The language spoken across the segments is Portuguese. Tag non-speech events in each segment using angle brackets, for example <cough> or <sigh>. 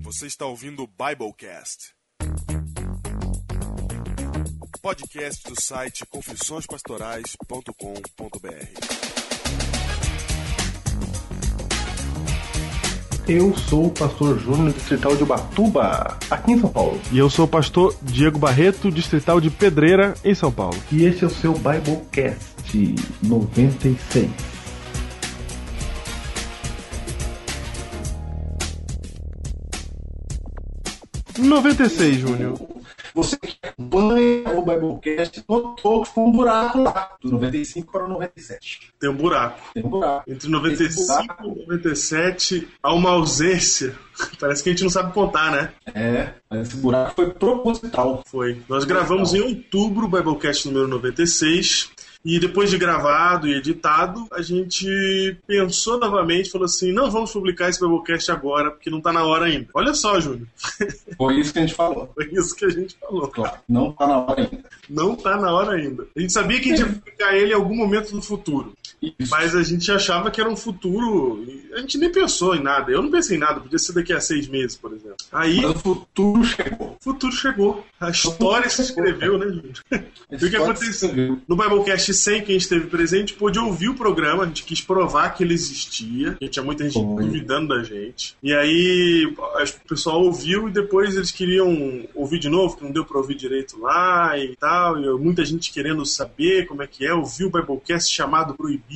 Você está ouvindo o Biblecast. Podcast do site confissõespastorais.com.br. Eu sou o pastor Júnior, distrital de Ubatuba, aqui em São Paulo. E eu sou o pastor Diego Barreto, distrital de Pedreira, em São Paulo. E esse é o seu Biblecast 96. Em 96, Júnior. Você que acompanha o Biblecast notou que foi um buraco lá, do 95 para o 97. Tem um buraco. Tem um buraco. Entre 95 e 97, há uma ausência. <laughs> Parece que a gente não sabe contar, né? É, mas esse buraco foi proposital. Foi. Nós gravamos em outubro o Biblecast número 96. E depois de gravado e editado, a gente pensou novamente, falou assim: não vamos publicar esse Biblecast agora, porque não tá na hora ainda. Olha só, Júnior, Foi isso que a gente falou. foi isso que a gente falou. Claro, não tá na hora ainda. Não tá na hora ainda. A gente sabia que a gente ia publicar ele em algum momento no futuro. Isso. Mas a gente achava que era um futuro. A gente nem pensou em nada. Eu não pensei em nada, podia ser daqui a seis meses, por exemplo. Aí Mas o futuro chegou. o futuro chegou. A história se escreveu, né, gente? E o que aconteceu? No Biblecast 100, quem esteve presente pôde ouvir o programa. A gente quis provar que ele existia. Porque tinha muita gente Foi. duvidando da gente. E aí as- o pessoal ouviu e depois eles queriam ouvir de novo, que não deu pra ouvir direito lá e tal. E muita gente querendo saber como é que é. Ouviu o Biblecast chamado Proibido.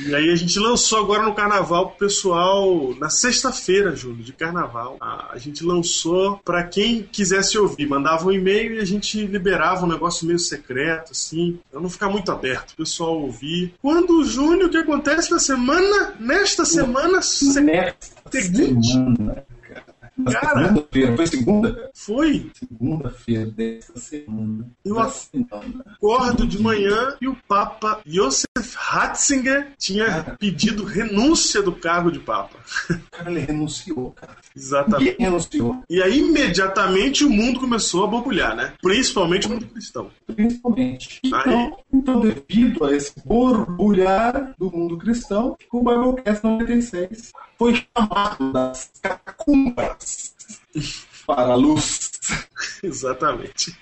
E aí a gente lançou agora no carnaval pro pessoal, na sexta-feira, Júlio, de carnaval. A, a gente lançou pra quem quisesse ouvir, mandava um e-mail e a gente liberava um negócio meio secreto, assim, pra não ficar muito aberto, o pessoal ouvir. Quando o Júnior, o que acontece na semana, nesta semana, se- Nesta seguinte. semana, né, cara. Na Cara. Segunda-feira, foi segunda? foi, Segunda-feira desta semana. Eu Da ac- semana. acordo de manhã e o Papa Josef Ratzinger tinha pedido renúncia do cargo de Papa. Cara, ele renunciou, cara. Exatamente. Ele renunciou, E aí, imediatamente, o mundo começou a borbulhar, né? Principalmente o mundo cristão. <laughs> principalmente. Tá Aí. Então, então, devido a esse borbulhar do mundo cristão, o Biblecast 96 foi chamado das catacumbas para a luz. Exatamente.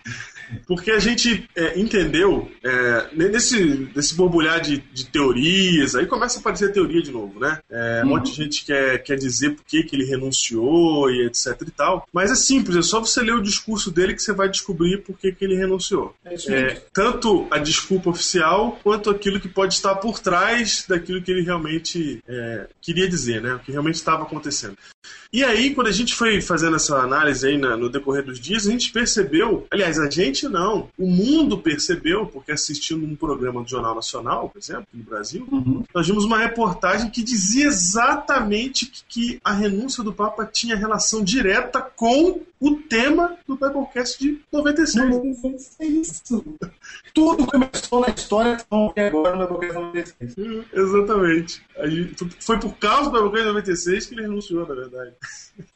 Porque a gente é, entendeu, é, nesse, nesse borbulhar de, de teorias, aí começa a aparecer teoria de novo, né? É, Um monte de gente quer, quer dizer por que, que ele renunciou e etc e tal. Mas é simples, é só você ler o discurso dele que você vai descobrir por que, que ele renunciou. É isso É, mesmo. tanto a desculpa oficial quanto aquilo que pode estar por trás daquilo que ele realmente é, queria dizer, né? O que realmente estava acontecendo. E aí, quando a gente foi fazendo essa análise aí na- no decorrer dos dias, a gente percebeu, aliás, a gente não, o mundo percebeu, porque assistindo um programa do Jornal Nacional, por exemplo, no Brasil, Uhum. nós vimos uma reportagem que dizia exatamente que, que a renúncia do Papa tinha relação direta com o tema do Biblecast de 96. Não, não sei É isso. Tudo começou na história que estão aqui agora no Biblecast 96. Hum, Exatamente. A gente- foi por causa do Biblecast 96 que ele renunciou, na verdade.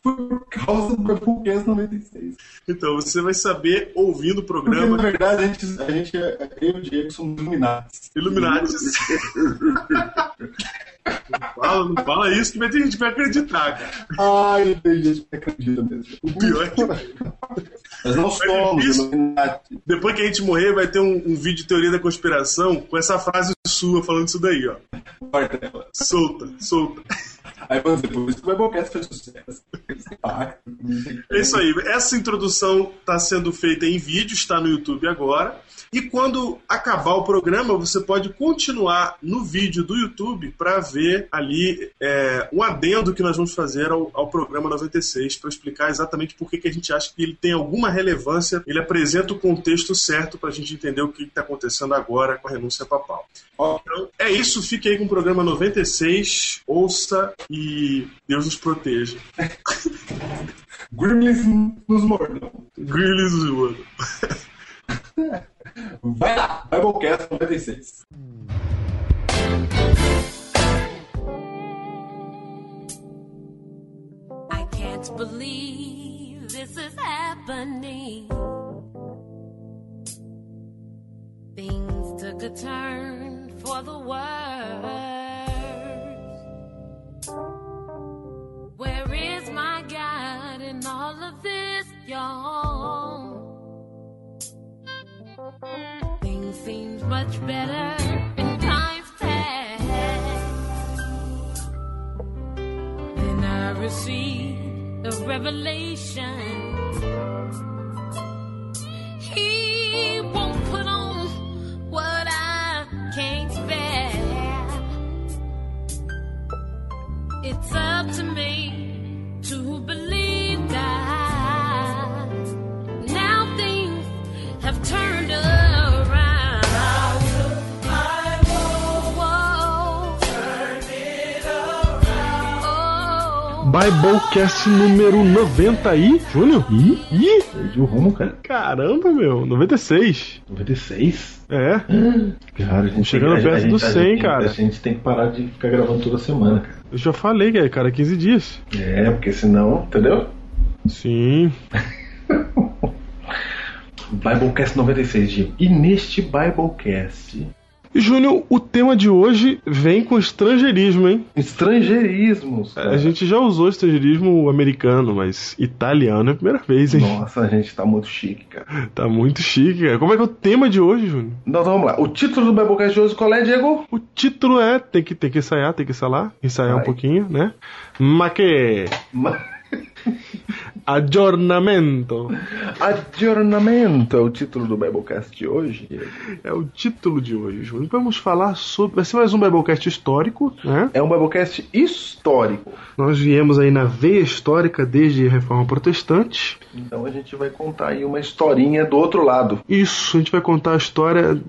Foi por causa do Biblecast 96. Então, você vai saber ouvindo o Porque, na <laughs> programa verdade, a gente, a gente é- eu e o Diego somos iluminados. Illuminatis. não, fala, não fala isso que vai ter gente que vai acreditar, cara. Ai, tem gente que acredita mesmo. O pior é que Mas não somos difícil. iluminati. depois que a gente morrer, vai ter um, um vídeo de teoria da conspiração com essa frase sua falando isso daí, ó. Corta ela. Solta, solta. Aí vamos dizer, por isso que o Biblecast foi sucesso. Esse impacto. É isso aí. Essa introdução está sendo feita em vídeo, está no YouTube agora. E quando acabar o programa, você pode continuar no vídeo do YouTube para ver ali é, um adendo que nós vamos fazer ao, ao programa 96 para explicar exatamente por que, que a gente acha que ele tem alguma relevância, ele apresenta o contexto certo para a gente entender o que está acontecendo agora com a renúncia papal. Ó, Então, é isso. Fique aí com o programa 96. Ouça e Deus nos proteja. Gremlins nos mordam. Grilles World. Vai lá, Biblecast 96. I can't believe this is happening. Things took a turn for the worse. Where is all of this your home. Things seemed much better in times past. Then I received the revelation. He won't put on what I can't bear. It's up to me to believe that now things have turned around. Whoa. Oh. Biblecast número 90 aí, Júnior? Ih, ih, Perdi o rumo, cara. caramba, meu, 96. 96? É, Cara, a gente Chegando tem- a- perto a gente- do a gente 100, tem- cara. A gente tem que parar de ficar gravando toda semana, cara. eu já falei, cara, cara, 15 dias. É, porque senão, entendeu? Sim, Biblecast 96, Gil. E neste Biblecast, Júnior, o tema de hoje vem com estrangeirismo, hein? estrangeirismos. Cara. É, A gente já usou estrangeirismo americano, mas italiano é a primeira vez, hein? Nossa, a gente tá muito chique, cara. Tá muito chique, cara. Como é que é o tema de hoje, Júnior? Nós vamos lá. O título do Biblecast de hoje qual é, Diego? O título é Tem que, tem que ensaiar, tem que ensaiar, ensaiar um Vai. pouquinho, né? Ma que Ma- <laughs> aggiornamento. Adjornamento é o título do Biblecast de hoje. Diego. É o título de hoje, Júnior. Vamos falar sobre. Vai ser mais um Biblecast histórico, né? É um Biblecast histórico. Nós viemos aí na veia histórica desde a Reforma Protestante. Então a gente vai contar aí uma historinha do outro lado. Isso, a gente vai contar a história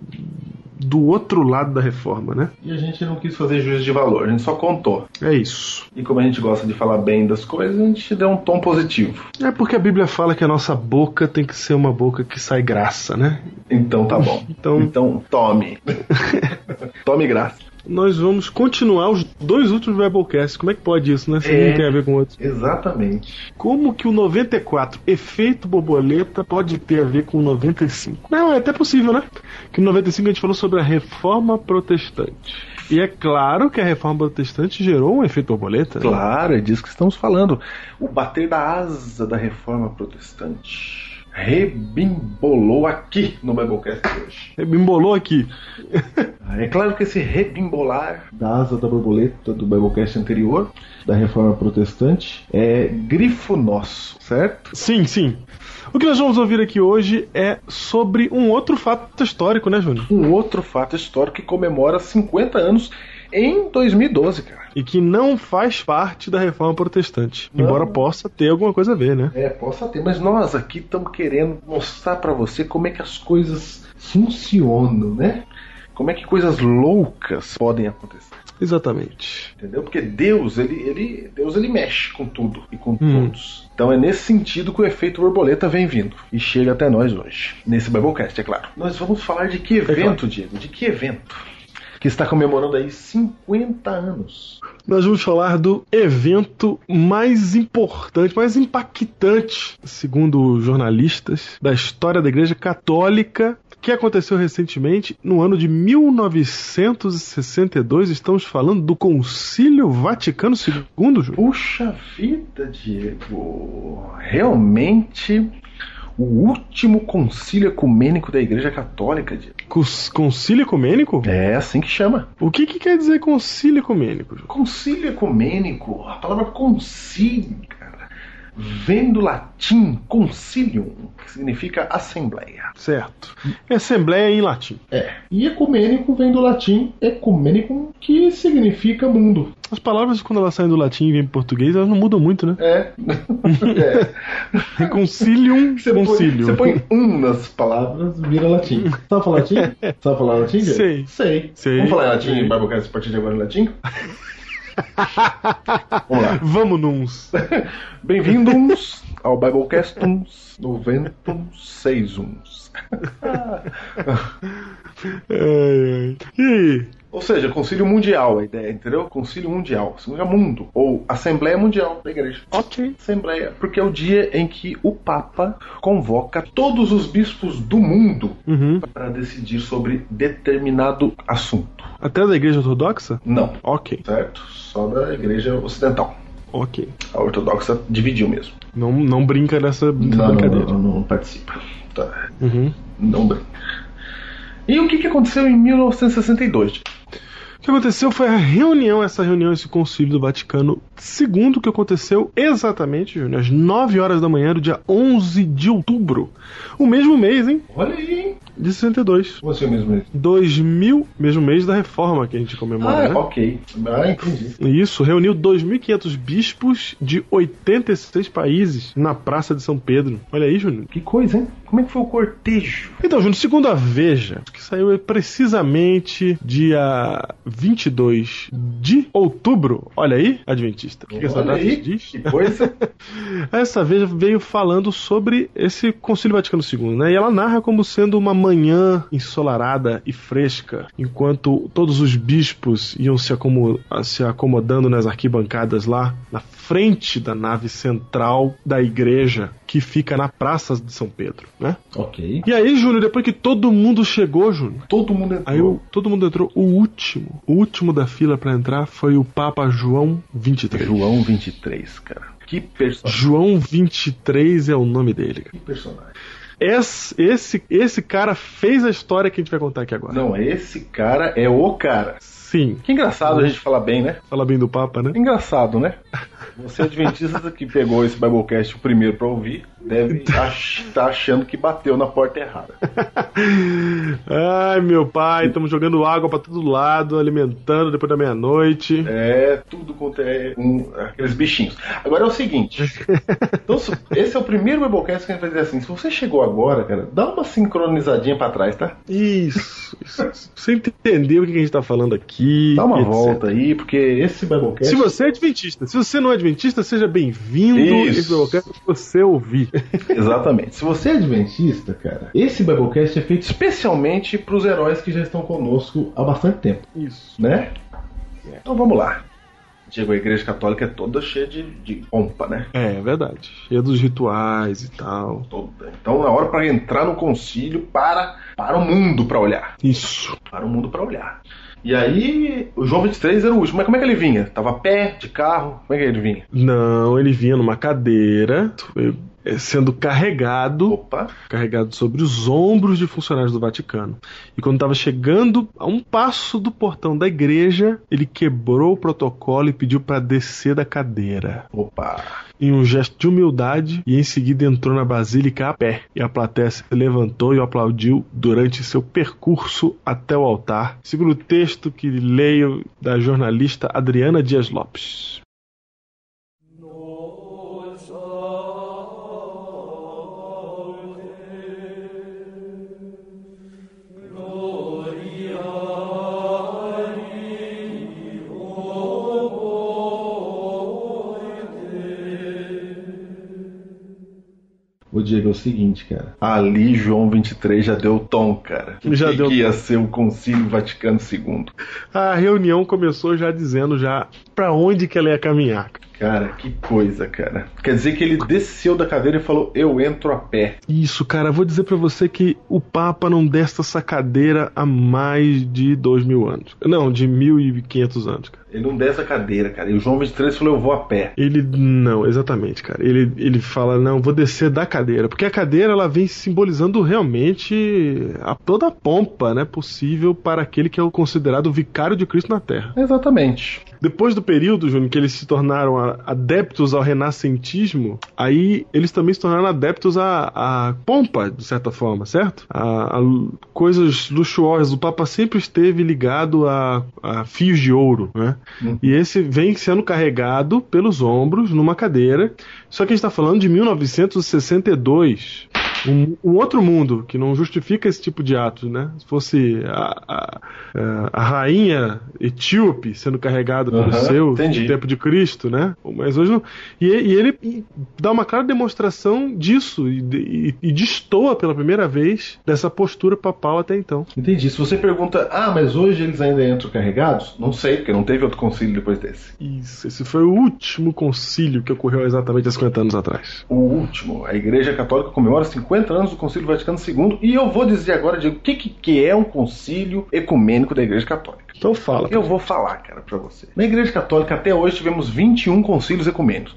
do outro lado da reforma, né? E a gente não quis fazer juízo de valor, a gente só contou. É isso. E como a gente gosta de falar bem das coisas, a gente deu um tom positivo. É porque a Bíblia fala que a nossa boca tem que ser uma boca que sai graça, né? Então tá bom. Então- tome. tome graça. Nós vamos continuar os dois últimos Biblecasts. Como é que pode isso, né? Se É. um tem a ver com o outro. Exatamente. Como que o 94, efeito borboleta, pode ter a ver com o 95? Não, é até possível, né? Que no 95 a gente falou sobre a reforma protestante. E é claro que a reforma protestante gerou um efeito borboleta. né? Claro, é disso que estamos falando. O bater da asa da reforma protestante rebimbolou aqui no Biblecast de hoje. É, Me embolou aqui. É claro que esse rebimbolar da asa da borboleta do Biblecast anterior, da reforma protestante, é grifo nosso, certo? Sim, sim. O que nós vamos ouvir aqui hoje é sobre um outro fato histórico, né, Júnior? Um outro fato histórico que comemora 50 anos em 2012, cara. E que não faz parte da reforma protestante. Não. Embora possa ter alguma coisa a ver, né? É, possa ter, mas nós aqui estamos querendo mostrar pra você como é que as coisas funcionam, né? Como é que coisas loucas podem acontecer, Exatamente. entendeu? Porque Deus, ele, ele, Deus, ele mexe com tudo e com Hum. todos. Então é nesse sentido que o efeito borboleta vem vindo e chega até nós hoje, nesse Biblecast, é claro. Nós vamos falar de que É claro. evento, Diego? De que evento? Que está comemorando aí 50 anos. Nós vamos falar do evento mais importante, mais impactante, segundo os jornalistas, da história da Igreja Católica, que aconteceu recentemente, no ano de 1962. Estamos falando do Concílio Vaticano II, Ju. Puxa vida, Diego! Realmente o último concílio ecumênico da Igreja Católica, Diego. Cons- Concílio Ecumênico? É assim que chama. O que, que quer dizer concílio ecumênico, Ju? Concílio ecumênico, a palavra concílio, cara, vem do latim concilium, que significa assembleia. Certo. É Assembleia em latim. É. E ecumênico vem do latim ecumenicum, que significa mundo. As palavras, quando elas saem do latim e vêm pro português, elas não mudam muito, né? É. <laughs> é. É concilium, Você, concílio. Põe, você põe um nas palavras, vira latim. Sabe falar latim? Sabe falar latim? Diego? Sei. Sei. Sei. Vamos falar em latim Sei. em Biblecast a partir de agora em latim? <laughs> Vamos lá. Vamos nuns. Bem-vindos ao Biblecast 9161. Ai, ai. E aí? <laughs> Ou seja, concílio mundial a ideia, entendeu? Concílio mundial, significa mundo. Ou Assembleia Mundial da Igreja. Ok. Assembleia, porque é o dia em que o Papa convoca todos os bispos do mundo Uhum. para decidir sobre determinado assunto. Até da igreja ortodoxa? Não, Ok. certo? Só da Igreja Ocidental. Ok. A ortodoxa dividiu mesmo. Não, não brinca nessa nessa Não, não, brincadeira. não, não participa. Tá. Uhum. Não brinca. E o que, que aconteceu em 1962? O que aconteceu foi a reunião, essa reunião, esse concílio do Vaticano II, que aconteceu exatamente, Júnior, às 9 horas da manhã do dia 11 de outubro. O mesmo mês, hein? Olha aí, hein? De 62. Você mesmo. 2000, mesmo mês da reforma que a gente comemora, Ah, né? ok. Ah, entendi. E Isso reuniu 2.500 bispos de 86 países na Praça de São Pedro. Olha aí, Júnior. Que coisa, hein? Como é que foi o cortejo? Então, Júnior, segundo a Veja, que saiu precisamente dia 22 de outubro. Olha aí, Adventista. O que, que essa Olha data aí, diz? que <laughs> coisa. Essa Veja veio falando sobre esse Concílio Vaticano II, né? E ela narra como sendo uma manhã ensolarada e fresca, enquanto todos os bispos iam se, acomo- se acomodando nas arquibancadas lá, na frente da nave central da igreja, que fica na Praça de São Pedro, né? ok. E aí, Júnior, depois que todo mundo chegou, Júnior, Todo mundo é entrou. aí o- todo mundo entrou, o último, o último da fila pra entrar foi o Papa João 23. João 23, cara. Que personagem. João 23 é o nome dele. cara. Que personagem. Esse, esse, esse cara fez a história que a gente vai contar aqui agora. Não, esse cara é o cara. Sim, Que engraçado Uhum. a gente falar bem, né? fala bem do Papa, <laughs> né? Engraçado, né? Você adventista que pegou esse Biblecast o primeiro pra ouvir, deve estar achando que bateu na porta errada. Ai, meu pai, estamos jogando água pra todo lado, alimentando depois da meia-noite. É tudo quanto é um, aqueles bichinhos. Agora é o seguinte. Então, se- esse é o primeiro Biblecast que a gente vai dizer assim. Se você chegou agora, cara, dá uma sincronizadinha pra trás, tá? Isso, isso, isso. Você entendeu o que a gente tá falando aqui. Dá uma etc. volta aí, porque esse Biblecast. Se você é adventista, se você não é adventista, seja bem-vindo. Isso. Esse é o que você ouvir. Exatamente. Se você é adventista, cara, esse Biblecast é feito especialmente pros heróis que já estão conosco há bastante tempo, Isso. né? É. Então vamos lá. Diego, a igreja católica é toda cheia de, de pompa, né? É, é verdade. Cheia dos rituais e tal. Toda. Então na hora pra entrar no concílio para para o mundo pra olhar, Isso. para o mundo pra olhar. E aí o João 23 era o último, mas como é que ele vinha? Tava a pé, de carro, como é que ele vinha? Não, ele vinha numa cadeira, eh, sendo carregado Opa, carregado sobre os ombros de funcionários do Vaticano. E quando estava chegando a um passo do portão da igreja, ele quebrou o protocolo e pediu para descer da cadeira. opa. Em um gesto de humildade, e em seguida entrou na basílica a pé. E a plateia se levantou e o aplaudiu durante seu percurso até o altar. Segundo o texto que leio da jornalista Adriana Dias Lopes. O Diego é o seguinte, cara. Ali João 23 já deu o tom, cara. Já O que deu que ia ser o Concílio Vaticano II. A reunião começou já dizendo já para onde que ela ia caminhar. Cara, que coisa, cara. Quer dizer que ele desceu da cadeira e falou: Eu entro a pé. Isso, cara, vou dizer pra você que o Papa não desta essa cadeira há mais de dois mil anos. Não, de 1500 anos, cara. Ele não desce a cadeira, cara. E o João 23 falou: Eu vou a pé. Ele, não, exatamente, cara. Ele, ele fala, não, vou descer da cadeira. Porque a cadeira, ela vem simbolizando realmente a toda a pompa, né, possível para aquele que é o considerado o vicário de Cristo na Terra. Exatamente. Depois do período, Júnior, que eles se tornaram a- adeptos ao renascentismo, aí eles também se tornaram adeptos à, à pompa, de certa forma, certo? A, a lu- coisas luxuosas. O Papa sempre esteve ligado a, a fios de ouro, né? Uhum. E esse vem sendo carregado pelos ombros numa cadeira. Só que a gente está falando de 1962. Um, um outro mundo que não justifica esse tipo de ato, né? Se fosse a, a- a- a rainha etíope sendo carregada pelo Aham, seu entendi. no tempo de Cristo, né? Mas hoje não. E, e ele e dá uma clara demonstração disso e, e, e destoa pela primeira vez dessa postura papal até então. Entendi. Se você pergunta: Ah, mas hoje eles ainda entram carregados? Não sei, porque não teve outro concílio depois desse. Isso, esse foi o último concílio que ocorreu exatamente há 50 anos atrás. O último. A Igreja Católica comemora 50 50 anos do Concílio Vaticano II e eu vou dizer agora, Diego, o que, que- que é um concílio ecumênico da Igreja Católica. Então fala. Eu vou falar, cara, pra você. Na Igreja Católica até hoje tivemos 21 concílios ecumênicos.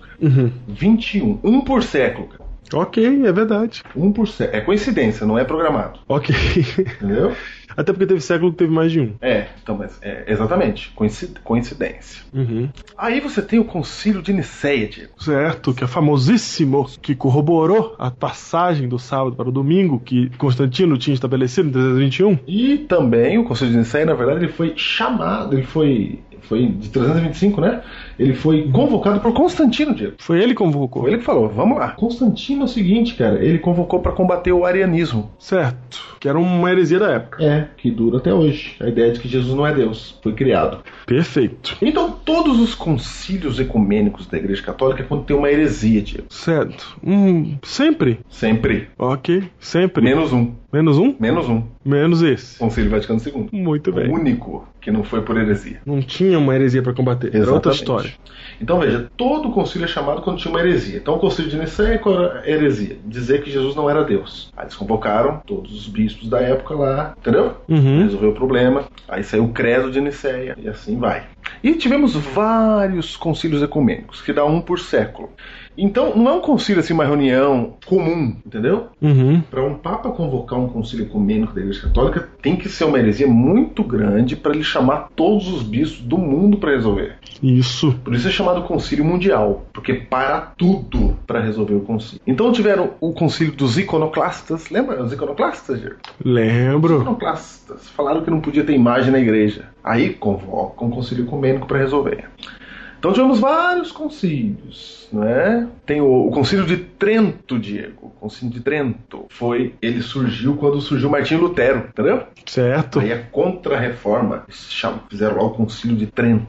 21. Um por século, cara. Uhum. Ok, é verdade. Um por século. É coincidência, não é programado. Ok. <laughs> Entendeu? Até porque teve século que teve mais de um. É, então, mas é, exatamente. coinci- Coincidência. Uhum. Aí você tem o Concílio de Nicéia, Diego. Certo, que é famosíssimo, que corroborou a passagem do sábado para o domingo que Constantino tinha estabelecido em 321. E também o Concílio de Nicéia, na verdade, ele foi chamado, ele foi, foi de 325, né? Ele foi convocado por Constantino, Diego. Foi ele que convocou. Foi ele que falou, vamos lá. Constantino é o seguinte, cara, ele convocou para combater o arianismo. Certo. Que era uma heresia da época. É, que dura até hoje. A ideia de que Jesus não é Deus, foi criado. Perfeito. Então, todos os concílios ecumênicos da Igreja Católica é quando tem uma heresia, Diego. Certo. Hum, sempre. Sempre. Ok, sempre. Menos um. Menos um? Menos um. Menos esse. Concílio Vaticano II. Muito O bem. único que não foi por heresia. Não tinha uma heresia para combater. Era outra Exatamente. história. Então veja, todo concílio é chamado quando tinha uma heresia. Então o concílio de Nicéia qual era a heresia? Dizer que Jesus não era Deus. Aí eles convocaram todos os bispos da época lá, entendeu? Uhum. Resolveu o problema. Aí saiu o credo de Nicéia e assim vai. E tivemos vários concílios ecumênicos, que dá um por século. Então não é um concílio assim, uma reunião comum, entendeu? Uhum. Para um Papa convocar um concílio ecumênico da Igreja Católica, tem que ser uma heresia muito grande para ele chamar todos os bispos do mundo para resolver. Isso. Por isso é chamado concílio mundial, porque para tudo para resolver o concílio. Então tiveram o concílio dos iconoclastas, lembra os iconoclastas? Diego? Lembro. Iconoclastas falaram que não podia ter imagem na igreja. Aí convocam um concílio ecumênico para resolver. Então tivemos vários concílios, né? Tem o, o concílio de Trento, Diego. O concílio de Trento foi, ele surgiu quando surgiu Martinho Lutero, entendeu? Certo. Aí a contra-reforma, eles chamam- fizeram lá o concílio de Trento.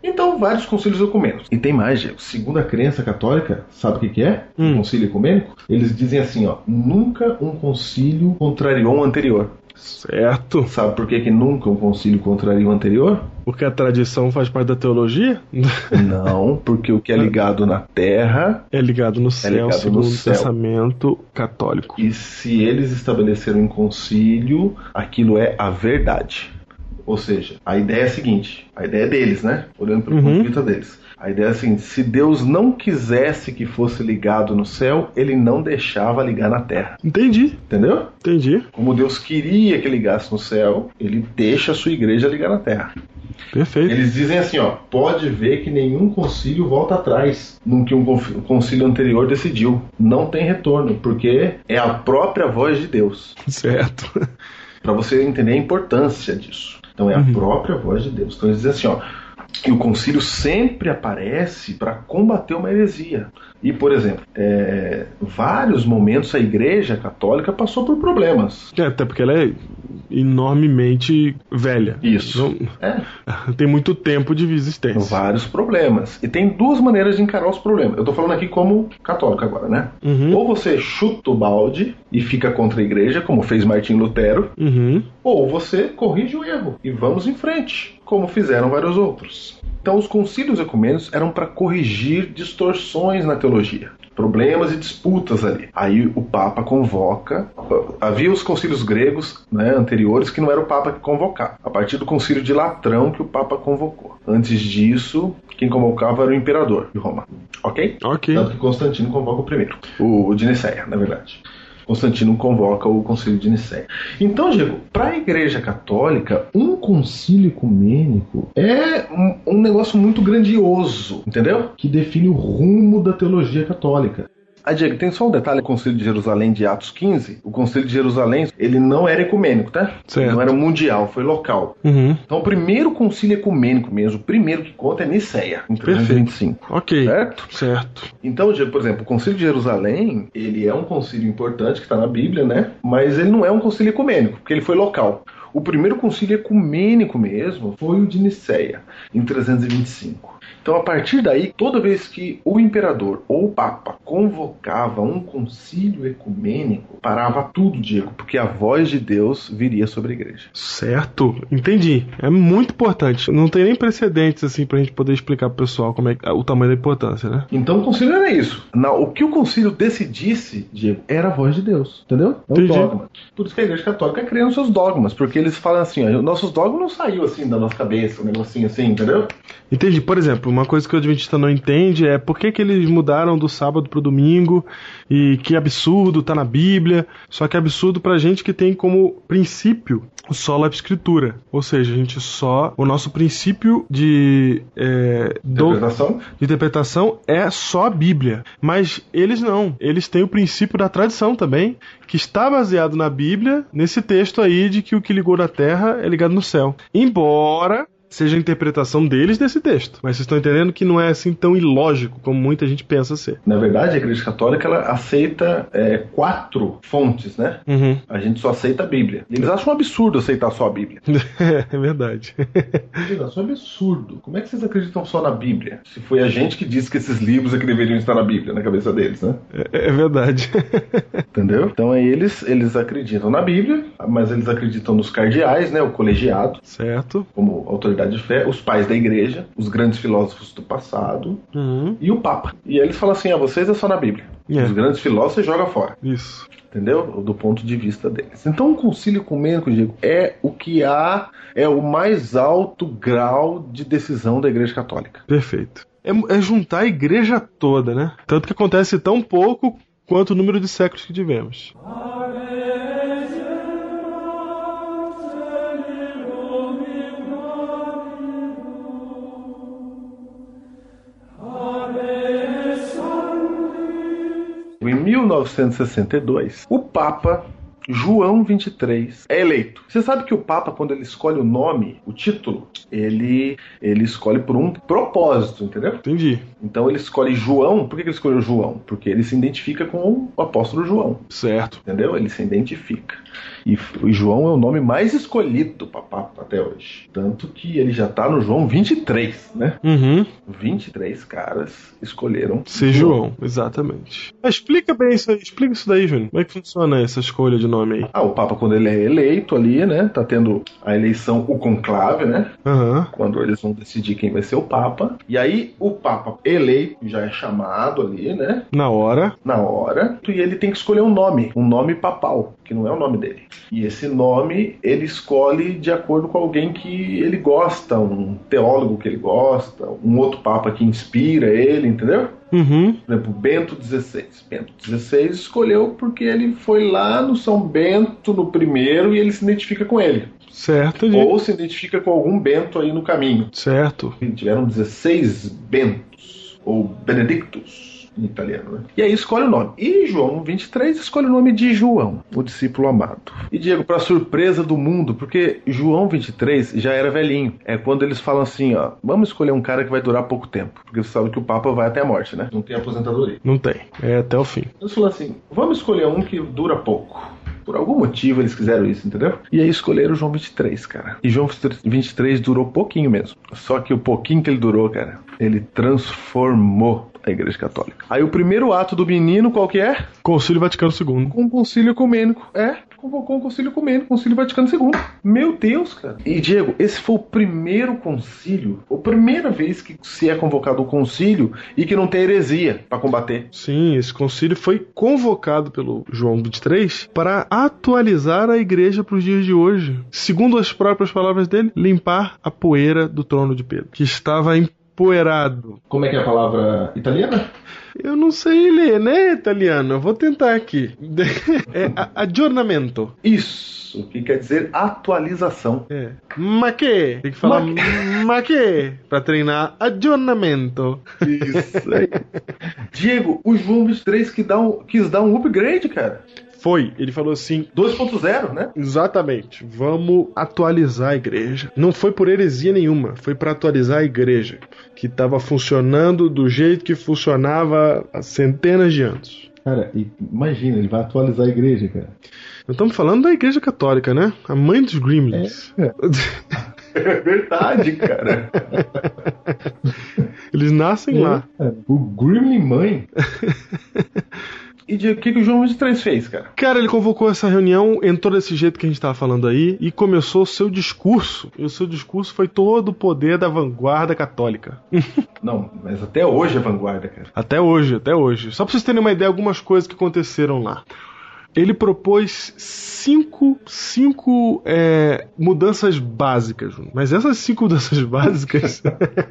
Então, vários concílios ecumênicos. E tem mais, Diego. Segundo a crença católica, sabe o que, que é? Hum. Um concílio ecumênico? Eles dizem assim, ó. Nunca um concílio contrariou o anterior. Certo. Sabe por que, que nunca um concílio contrariou o anterior? Porque a tradição faz parte da teologia? <laughs> Não, porque o que é ligado na terra... É ligado no céu, ligado no segundo o céu. pensamento católico. E se eles estabeleceram um concílio, aquilo é a verdade. Ou seja, a ideia é a seguinte: a ideia é deles, né? Olhando pelo Uhum. ponto de vista deles. A ideia é a seguinte: se Deus não quisesse que fosse ligado no céu, ele não deixava ligar na terra. Entendi, Entendeu? entendi. Como Deus queria que ligasse no céu, ele deixa a sua igreja ligar na terra. Perfeito. Eles dizem assim: ó, pode ver que nenhum concílio volta atrás no que um conf- concílio anterior decidiu. Não tem retorno, porque é a própria voz de Deus. Certo. Pra você entender a importância disso. Então é a própria voz de Deus. Então eles dizem assim, ó, que o concílio sempre aparece para combater uma heresia. E, por exemplo, é, vários momentos a Igreja Católica passou por problemas. É, até porque ela é enormemente velha. Isso. Não- É, tem muito tempo de existência. vários problemas. E tem duas maneiras de encarar os problemas. Eu tô falando aqui como católico agora, né? Uhum. Ou você chuta o balde e fica contra a igreja, como fez Martim Lutero, Uhum. Ou você corrige o erro e vamos em frente, como fizeram vários outros. Então, os concílios ecumênicos eram para corrigir distorções na teologia, problemas e disputas ali. Aí o Papa convoca. Havia os concílios gregos né, anteriores que não era o Papa que convocava, a partir do concílio de Latrão que o Papa convocou. Antes disso, quem convocava era o imperador de Roma. Ok? Ok. Tanto que Constantino convoca o primeiro. O, o de Nicéia, na verdade. Constantino convoca o concílio de Nicéia. Então, Diego, para a Igreja Católica, um concílio ecumênico é um, um negócio muito grandioso, entendeu? Que define o rumo da teologia católica. Ah, Diego, tem só um detalhe, o Concílio de Jerusalém de Atos 15, o Concílio de Jerusalém, ele não era ecumênico, tá? Certo. Não era mundial, foi local. Uhum. Então, o primeiro concílio ecumênico mesmo, o primeiro que conta é Nicéia, em Perfeito. 325, Ok. certo? Certo. Então, Diego, por exemplo, o Concílio de Jerusalém, ele é um concílio importante que está na Bíblia, né? Mas ele não é um concílio ecumênico, porque ele foi local. O primeiro concílio ecumênico mesmo foi o de Nicéia, em 325. Então, a partir daí, toda vez que o imperador ou o papa convocava um concílio ecumênico, parava tudo, Diego, porque a voz de Deus viria sobre a igreja. Certo, entendi. É muito importante. Não tem nem precedentes assim pra gente poder explicar pro pessoal como é que- o tamanho da importância, né? Então, o concílio era isso. Na- o que o concílio decidisse, Diego, era a voz de Deus, entendeu? É um Entendi. dogma. Por isso que a igreja católica crê nos seus dogmas, porque eles falam assim, ó, nossos dogmas não saiu assim da nossa cabeça, um negocinho assim, entendeu? Entendi. Por exemplo, uma coisa que o Adventista não entende é por que, que eles mudaram do sábado pro domingo e que absurdo, tá na Bíblia. Só que é absurdo pra gente que tem como princípio o sola escritura. Ou seja, a gente só. O nosso princípio de. É, do, Interpretação. de interpretação é só a Bíblia. Mas eles não. Eles têm o princípio da tradição também, que está baseado na Bíblia, nesse texto aí de que o que ligou na terra é ligado no céu. Embora seja a interpretação deles desse texto. Mas vocês estão entendendo que não é assim tão ilógico como muita gente pensa ser. Na verdade, a igreja católica ela aceita é, quatro fontes, né? Uhum. A gente só aceita a Bíblia. Eles acham um absurdo aceitar só a Bíblia. <laughs> é verdade. <laughs> Eles acham um absurdo. Como é que vocês acreditam só na Bíblia? Se foi a gente que disse que esses livros é que deveriam estar na Bíblia, na cabeça deles, né? É verdade. <laughs> Entendeu? Então é eles, eles acreditam na Bíblia, mas eles acreditam nos cardeais, né, o colegiado, certo. como autoridade de fé, os pais da igreja, os grandes filósofos do passado Uhum. e o Papa. E aí eles falam assim: ah, vocês é só na Bíblia. É. Os grandes filósofos joga fora, Isso. entendeu? Do ponto de vista deles. Então o concílio ecumênico, Diego, é o que há, é o mais alto grau de decisão da igreja católica. Perfeito. É, é juntar a igreja toda, né? Tanto que acontece tão pouco quanto o número de séculos que tivemos. Em 1962, o Papa João 23 é eleito. Você sabe que o Papa, quando ele escolhe o nome, o título, ele, ele escolhe por um propósito, entendeu? Entendi. Então ele escolhe João. Por que que ele escolheu João? Porque ele se identifica com o apóstolo João, Certo. entendeu? Ele se identifica. E, f- e João é o nome mais escolhido para Papa até hoje. Tanto que ele já tá no João 23, né? Uhum. 23 caras escolheram Ser João, exatamente. Mas Ah, explica bem isso aí, explica isso daí, Júnior. Como é que funciona essa escolha de nome aí? Ah, o Papa, quando ele é eleito ali, né? Tá tendo a eleição, o conclave, né? Aham. Quando eles vão decidir quem vai ser o Papa. E aí, o Papa eleito já é chamado ali, né? Na hora. Na hora. E ele tem que escolher um nome. Um nome papal, que não é o nome dele. E esse nome, ele escolhe de acordo com alguém que ele gosta. Um teólogo que ele gosta. Um outro Papa que inspira ele, entendeu? Uhum. Por exemplo, Bento XVI. Bento XVI escolheu porque ele foi lá no São Bento no primeiro e ele se identifica com ele. Certo, de... Ou se identifica com algum Bento aí no caminho. Certo. E Tiveram 16 Bentos, ou Benedictus em italiano, né? E aí escolhe o nome. E João 23 escolhe o nome de João, o discípulo amado. E Diego, para surpresa do mundo, porque João 23 já era velhinho. É quando eles falam assim, ó, vamos escolher um cara que vai durar pouco tempo, porque você sabe que o Papa vai até a morte, né? Não tem aposentadoria. Não tem. É até o fim. Eles falaram assim: vamos escolher um que dura pouco. Por algum motivo eles quiseram isso, entendeu? E aí escolheram o João 23, cara. E João 23 durou pouquinho mesmo. Só que o pouquinho que ele durou, cara, ele transformou a Igreja Católica. Aí o primeiro ato do menino, qual que é? Concílio Vaticano II. Com o Concílio Ecumênico. É, convocou um Concílio Ecumênico, Concílio Vaticano II. Meu Deus, cara. E Diego, esse foi o primeiro concílio, a primeira vez que se é convocado o concílio e que não tem heresia pra combater. Sim, esse concílio foi convocado pelo João 23 para atualizar a igreja para os dias de hoje. Segundo as próprias palavras dele, limpar a poeira do trono de Pedro, que estava empoeirado. Como é que é a palavra italiana? Eu não sei ler, né, italiano? Eu vou tentar aqui. <laughs> É a- aggiornamento. Isso, que quer dizer atualização. É. Ma que? Tem que falar Ma <laughs> ma que? Pra treinar aggiornamento. Isso aí. Diego, o João 23 que dá um, quis dar um upgrade, cara. Foi. Ele falou assim. 2.0, né? <laughs> Exatamente. Vamos atualizar a igreja. Não foi por heresia nenhuma, foi pra atualizar a igreja que estava funcionando do jeito que funcionava há centenas de anos. Cara, e imagina, ele vai atualizar a igreja, cara. Nós estamos falando da igreja católica, né? A mãe dos gremlins. É verdade, cara. Eles nascem lá. O Grimlin Mãe. E de- o que, que o João 23 fez, cara? Cara, ele convocou essa reunião, entrou desse jeito que a gente tava falando aí e começou o seu discurso. E o seu discurso foi todo o poder da vanguarda católica. Não, mas até hoje é vanguarda, cara. Até hoje, até hoje. Só pra vocês terem uma ideia, algumas coisas que aconteceram lá. Ele propôs cinco, cinco é, mudanças básicas. Júnior. Mas essas cinco <laughs> mudanças básicas,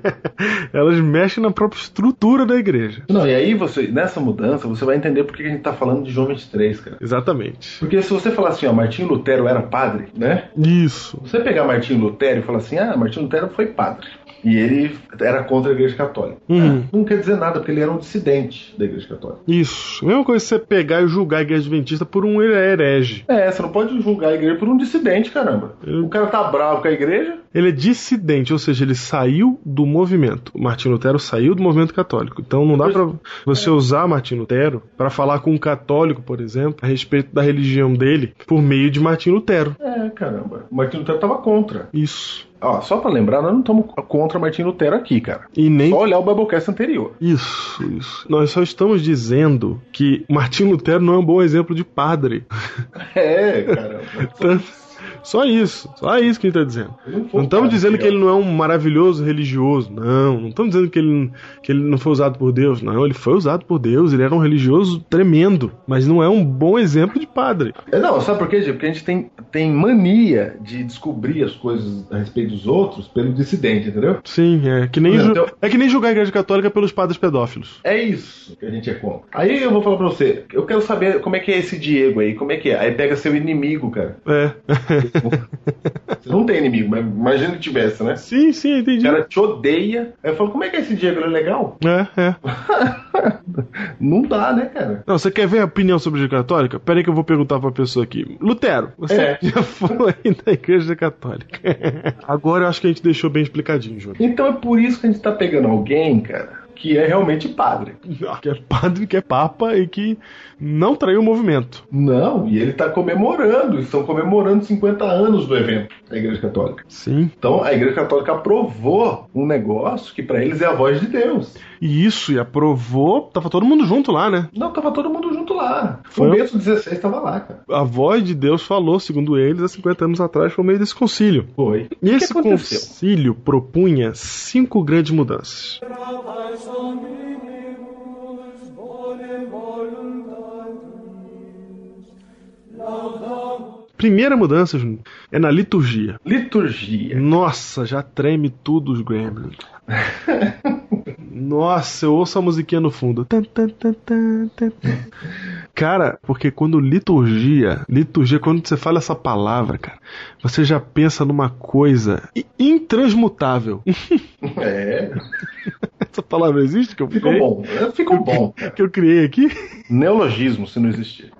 <laughs> elas mexem na própria estrutura da igreja. Não, e aí você, nessa mudança, você vai entender por que que a gente tá falando de João 23, cara. Exatamente. Porque se você falar assim, ó, Martinho Lutero era padre, né? Isso. Você pegar Martinho Lutero e falar assim, ah, Martinho Lutero foi padre. E ele era contra a Igreja Católica. Uhum. Ah, Não quer dizer nada, porque ele era um dissidente da Igreja Católica. Isso. Mesma coisa que você pegar e julgar a igreja adventista por um herege. É, você não pode julgar a igreja por um dissidente, caramba. O cara tá bravo com a igreja, Ele é dissidente, ou seja, ele saiu do movimento. O Martin Lutero saiu do movimento católico. Então não dá pra você usar Martin Lutero pra falar com um católico, por exemplo, a respeito da religião dele por meio de Martin Lutero. É, caramba. O Martin Lutero tava contra. Isso. Ó, só pra lembrar, nós não estamos contra Martin Lutero aqui, cara. E nem Só olhar o Biblecast anterior. <laughs> Isso, isso. Nós só estamos dizendo que Martin Lutero não é um bom exemplo de padre. <laughs> É, caramba. Tanto- Só isso, só isso que a gente está dizendo. Não foi Não um estamos cara dizendo que fiel. ele não é um maravilhoso religioso, não. Não estamos dizendo que ele, que ele não foi usado por Deus, não. Ele foi usado por Deus, ele era um religioso tremendo, mas não é um bom exemplo de padre. É, Não, sabe por quê, Diego? Porque a gente tem, tem mania de descobrir as coisas a respeito dos outros pelo dissidente, entendeu? Sim, é que nem, Não, ju- então- é que nem julgar a igreja católica pelos padres pedófilos. É isso que a gente é contra. Aí eu vou falar pra você, eu quero saber como é que é esse Diego aí, como é que é. Aí pega seu inimigo, cara. É. <laughs> Você não tem inimigo, mas imagina que tivesse, né? sim, sim, O entendi. cara te odeia. Aí eu falo, como é que é esse Diego? Ele é legal? É, é. Não dá, né, cara? Não, você quer ver a opinião sobre a Igreja Católica? Pera aí que eu vou perguntar pra pessoa aqui. Lutero, você É. <laughs> já falou aí da Igreja Católica. Agora eu acho que a gente deixou bem explicadinho, Júlio. Então é por isso que a gente tá pegando alguém, cara, que é realmente padre. <laughs> Que é padre, que é papa e que não traiu o movimento. Não, e ele tá comemorando, estão comemorando 50 anos do evento da Igreja Católica. Sim. Então a Igreja Católica aprovou um negócio que pra eles é a voz de Deus. E isso, e aprovou. Tava todo mundo junto lá, né? Não, tava todo mundo junto lá. Foi? O Bento 16 tava lá, cara. A voz de Deus falou, segundo eles, há 50 anos atrás, por meio desse concílio. Foi. E esse que aconteceu? concílio propunha cinco grandes mudanças. Primeira mudança Juninho, é na liturgia. Liturgia. Nossa, já treme tudo os <laughs> Gremlins. Nossa, eu ouço a musiquinha no fundo. Tan, tan, tan, tan, tan, tan. Cara, porque quando liturgia, liturgia, quando você fala essa palavra, cara, você já pensa numa coisa i- intransmutável. <laughs> É, Essa palavra existe que eu ficou criei, bom. É, Ficou bom. que eu criei aqui? Neologismo, se não existir.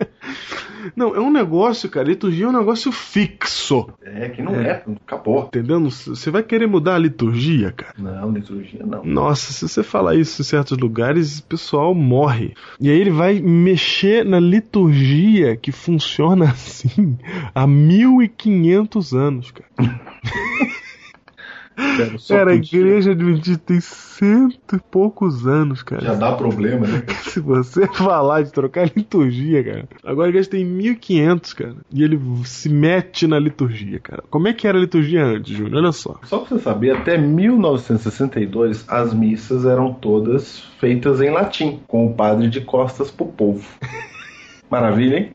Não, é um negócio, cara. Liturgia é um negócio fixo. É, que não é. Acabou. Entendendo? Você vai querer mudar a liturgia, cara? Não, liturgia não. Nossa, se você falar isso em certos lugares, o pessoal morre. E aí ele vai mexer na liturgia que funciona <laughs> assim há 1500 anos, cara. Cara, só Cara, a podia. igreja adventista tem cento e poucos anos, Já cara. dá problema, né? <laughs> Se você falar de trocar liturgia, cara. Agora a igreja tem 1500, cara. E ele se mete na liturgia, cara. Como é que era a liturgia antes, Júnior? Olha só. Só pra você saber, até 1962 as missas eram todas feitas em latim, com o padre de costas pro povo. Maravilha, hein?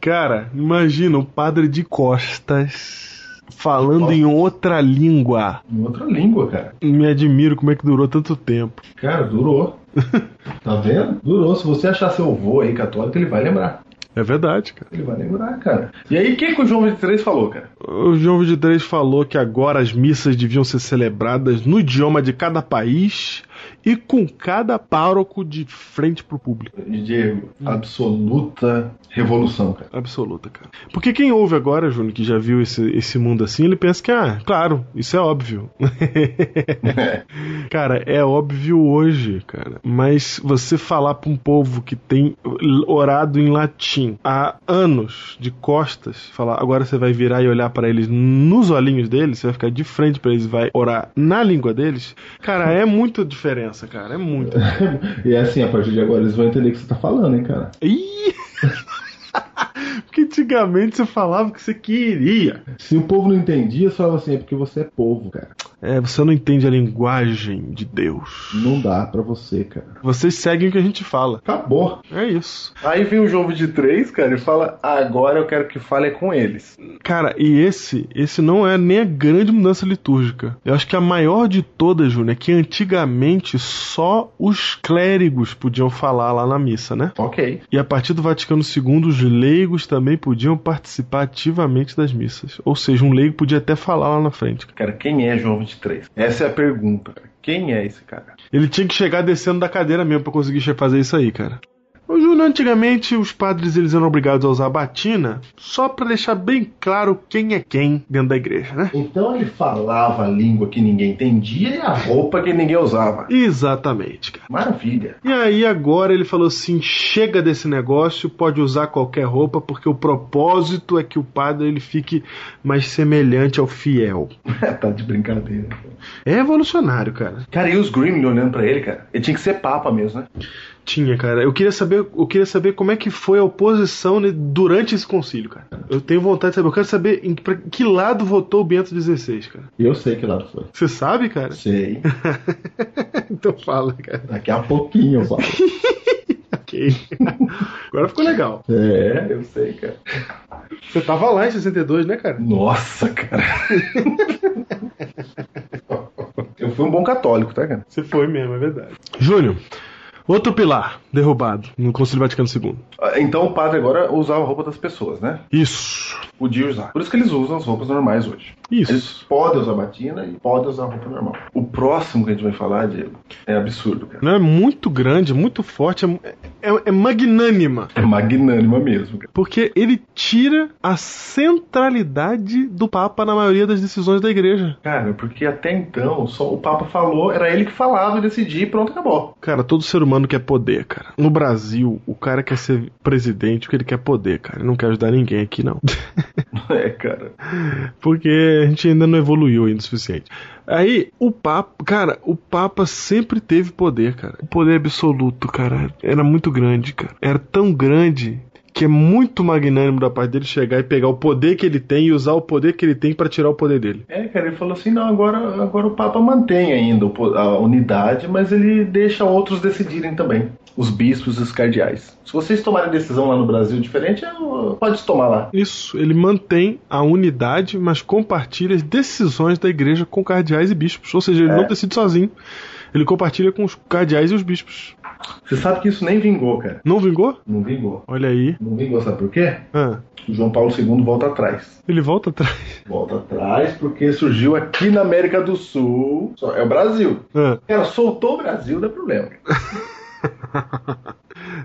Cara, imagina o padre de costas falando em outra língua. Em outra língua, cara. Me admiro como é que durou tanto tempo. Cara, durou. tá vendo? Durou. Se você achar seu avô aí católico, ele vai lembrar. É verdade, cara. Ele vai lembrar, cara. E aí, o que, que o João 23 falou, cara? O João 23 falou que agora as missas deviam ser celebradas no idioma de cada país e com cada pároco de frente pro público. Diego, absoluta revolução, cara. <laughs> Absoluta, cara. Porque quem ouve agora, Júnior, que já viu esse, esse mundo assim, ele pensa que, ah, claro, isso é óbvio. <laughs> Cara, é óbvio hoje, cara. Mas você falar pra um povo que tem orado em Agostinho há anos de costas, falar, agora você vai virar e olhar para eles nos olhinhos deles, você vai ficar de frente para eles e vai orar na língua deles, cara, é muita diferença, cara, é muita. E é assim, a partir de agora eles vão entender o que você tá falando, hein, cara. Ih! <laughs> Porque antigamente você falava o que você queria. Se o povo não entendia, você falava assim, é porque você é povo, cara. É, você não entende a linguagem de Deus. Não dá pra você, cara. Vocês seguem o que a gente fala. Acabou. É isso. Aí vem o jogo de três, cara, e fala, agora eu quero que fale com eles. Cara, e esse, esse não é nem a grande mudança litúrgica. Eu acho que a maior de todas, Júnior, é que antigamente só os clérigos podiam falar lá na missa, né? Ok. E a partir do Vaticano II, os leigos também podiam participar ativamente das missas. Ou seja, um leigo podia até falar lá na frente. Cara, quem é João 23? Essa é a pergunta, cara. Quem é esse cara? Ele tinha que chegar descendo da cadeira mesmo pra conseguir che- fazer isso aí, cara. O Júnior, antigamente, os padres eles eram obrigados a usar a batina só pra deixar bem claro quem é quem dentro da igreja, né? Então ele falava a língua que ninguém entendia e a roupa que ninguém usava. Exatamente, cara. Maravilha. <laughs> E aí agora ele falou assim, chega desse negócio, pode usar qualquer roupa, porque o propósito é que o padre ele fique mais semelhante ao fiel. tá de brincadeira. É evolucionário, cara. Cara, e os Gremlin olhando pra ele, cara? Ele tinha que ser papa mesmo, né? Tinha, cara. Eu queria saber, eu queria saber como é que foi a oposição né, durante esse concílio, cara. Eu tenho vontade de saber. Eu quero saber em pra que lado votou o Bento XVI, cara. Eu sei que lado foi. Você sabe, cara? Sei. <laughs> Então fala, cara. Daqui a pouquinho eu falo. Ok. Agora ficou legal. <laughs> é, eu sei, cara. Você tava lá em 62, né, cara? Nossa, <laughs> cara. eu fui um bom católico, tá, cara? Você foi mesmo, é verdade. Júnior, outro pilar derrubado no Concílio Vaticano II. Ah, Então o padre agora usava a roupa das pessoas, né? Isso. Podia usar. Por isso que eles usam as roupas normais hoje. Eles Isso. podem usar batina e podem usar roupa normal. O próximo que a gente vai falar, Diego, é absurdo, cara. Não é muito grande, é muito forte, é- é- é magnânima. É magnânima mesmo, cara. Porque ele tira a centralidade do Papa na maioria das decisões da igreja. Cara, porque até então só o Papa falou, era ele que falava e decidia e pronto, acabou. <laughs> Cara, todo ser humano quer poder, cara. No Brasil, o cara quer ser presidente porque ele quer poder, cara. Ele não quer ajudar ninguém aqui, não. <laughs> É, cara. porque a gente ainda não evoluiu ainda o suficiente. Aí, o Papa, cara, o Papa sempre teve poder, cara. O poder absoluto, cara, era muito grande, cara. Era tão grande que é muito magnânimo da parte dele chegar e pegar o poder que ele tem e usar o poder que ele tem pra tirar o poder dele. É, cara, ele falou assim, não, agora, agora o Papa mantém ainda o po- a unidade, mas ele deixa outros decidirem também. Os bispos e os cardeais. Se vocês tomarem decisão lá no Brasil diferente, é o- pode tomar lá. Isso, ele mantém a unidade, mas compartilha as decisões da igreja com cardeais e bispos. Ou É. seja, ele não decide sozinho. Ele compartilha com os cardeais e os bispos. Você sabe que isso nem vingou, cara. Não vingou? Não vingou. Olha aí. Não vingou, sabe por quê? Ah, O João Paulo II volta atrás. ele volta atrás. <laughs> Volta atrás, porque surgiu aqui na América do Sul. Só- É o Brasil. Ah, Cara, soltou o Brasil, não é problema.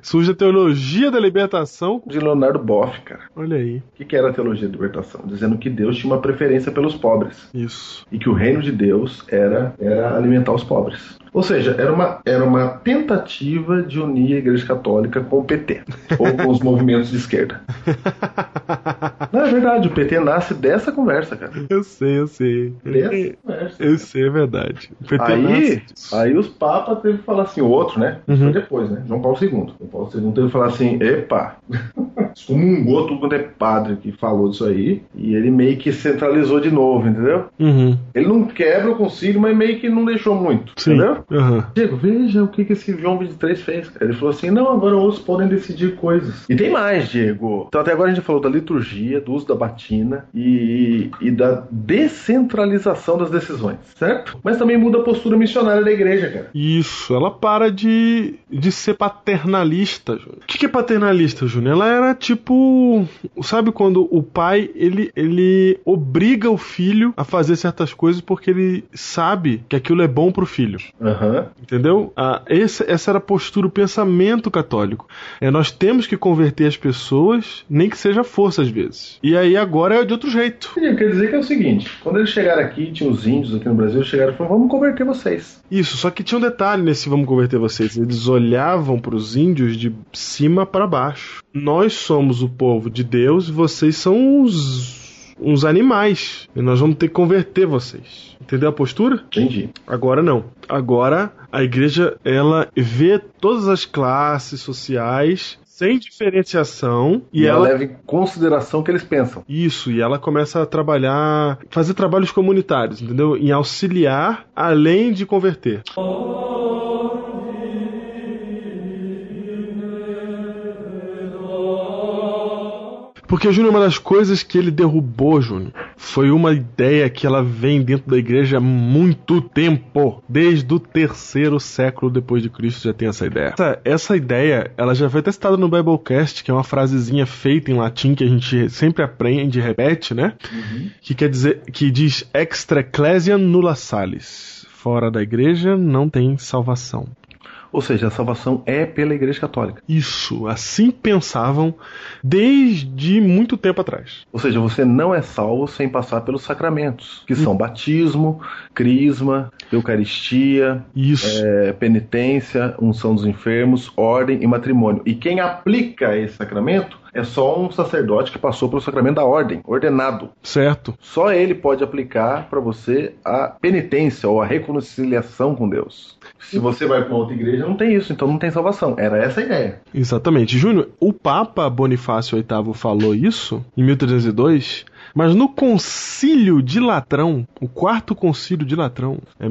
surge a teologia da libertação. De Leonardo Boff, cara. Olha aí. O que, que era a teologia da libertação? Dizendo que Deus tinha uma preferência pelos pobres. Isso. E que o reino de Deus era, era alimentar os pobres. Ou seja, era uma, era uma tentativa de unir a Igreja Católica com o PT. Ou com os movimentos de esquerda. Não, é verdade, o PT nasce dessa conversa, cara. Eu sei, eu sei. Dessa conversa. Eu sei, é verdade. O PT Aí, nasce- aí os papas teve que falar assim, o outro, né? Isso Foi depois, né? João Paulo II. João Paulo II teve que falar assim, epa, <laughs> excomungou tudo quanto é padre que falou disso aí, e ele meio que centralizou de novo, entendeu? Uhum. Ele não quebra o concílio, mas meio que não deixou muito, Sim. entendeu? Aham. Diego, veja o que, que esse João 23 fez. cara. Ele falou assim: não, agora outros podem decidir coisas. E tem mais, Diego. Então, até agora a gente falou da liturgia, do uso da batina e, e da descentralização das decisões, certo? Mas também muda a postura missionária da igreja, cara. Isso, ela para de, de ser paternalista, Júnior. O que, que é paternalista, Júnior? Ela era tipo. Sabe quando o pai ele, ele obriga o filho a fazer certas coisas porque ele sabe que aquilo é bom pro filho. Aham. Entendeu? Ah, esse- essa era a postura, o pensamento católico. É, nós temos que converter as pessoas, nem que seja à força às vezes. E aí agora é de outro jeito. Quer dizer que é o seguinte: quando eles chegaram aqui, tinha os índios aqui no Brasil, eles chegaram e falaram, vamos converter vocês. Isso, só que tinha um detalhe nesse Vamos Converter Vocês. Eles olhavam para os índios de cima para baixo. Nós somos o povo de Deus e vocês são uns, uns animais. E nós vamos ter que converter vocês. Entendeu a postura? Entendi. Agora não. Agora a igreja ela vê todas as classes sociais sem diferenciação e, E ela ela é- leva em consideração o que eles pensam. isso, e ela começa a trabalhar, fazer trabalhos comunitários, entendeu? Em auxiliar além de converter. Porque, Júnior, uma das coisas que ele derrubou, Júnior, foi uma ideia que ela vem dentro da igreja há muito tempo. Desde o terceiro século depois de Cristo já tem essa ideia. Essa, essa ideia, ela já foi até citada no Biblecast, que é uma frasezinha feita em latim que a gente sempre aprende e repete, né? Que quer dizer, que diz extra ecclesia nulla salis. Fora da igreja não tem salvação. Ou seja, a salvação é pela Igreja Católica. Isso, assim pensavam desde muito tempo atrás. Ou seja, você não é salvo sem passar pelos sacramentos, que são batismo, crisma, eucaristia, Isso. é, penitência, unção dos enfermos, ordem e matrimônio. E quem aplica esse sacramento é só um sacerdote que passou pelo sacramento da ordem, ordenado. Certo? Só ele pode aplicar para você a penitência ou a reconciliação com Deus. Se você vai para outra igreja, não tem isso, então não tem salvação. Era essa a ideia. Exatamente. Júnior, o Papa Bonifácio VIII falou isso em 1302, mas no Concílio de Latrão, o quarto Concílio de Latrão, é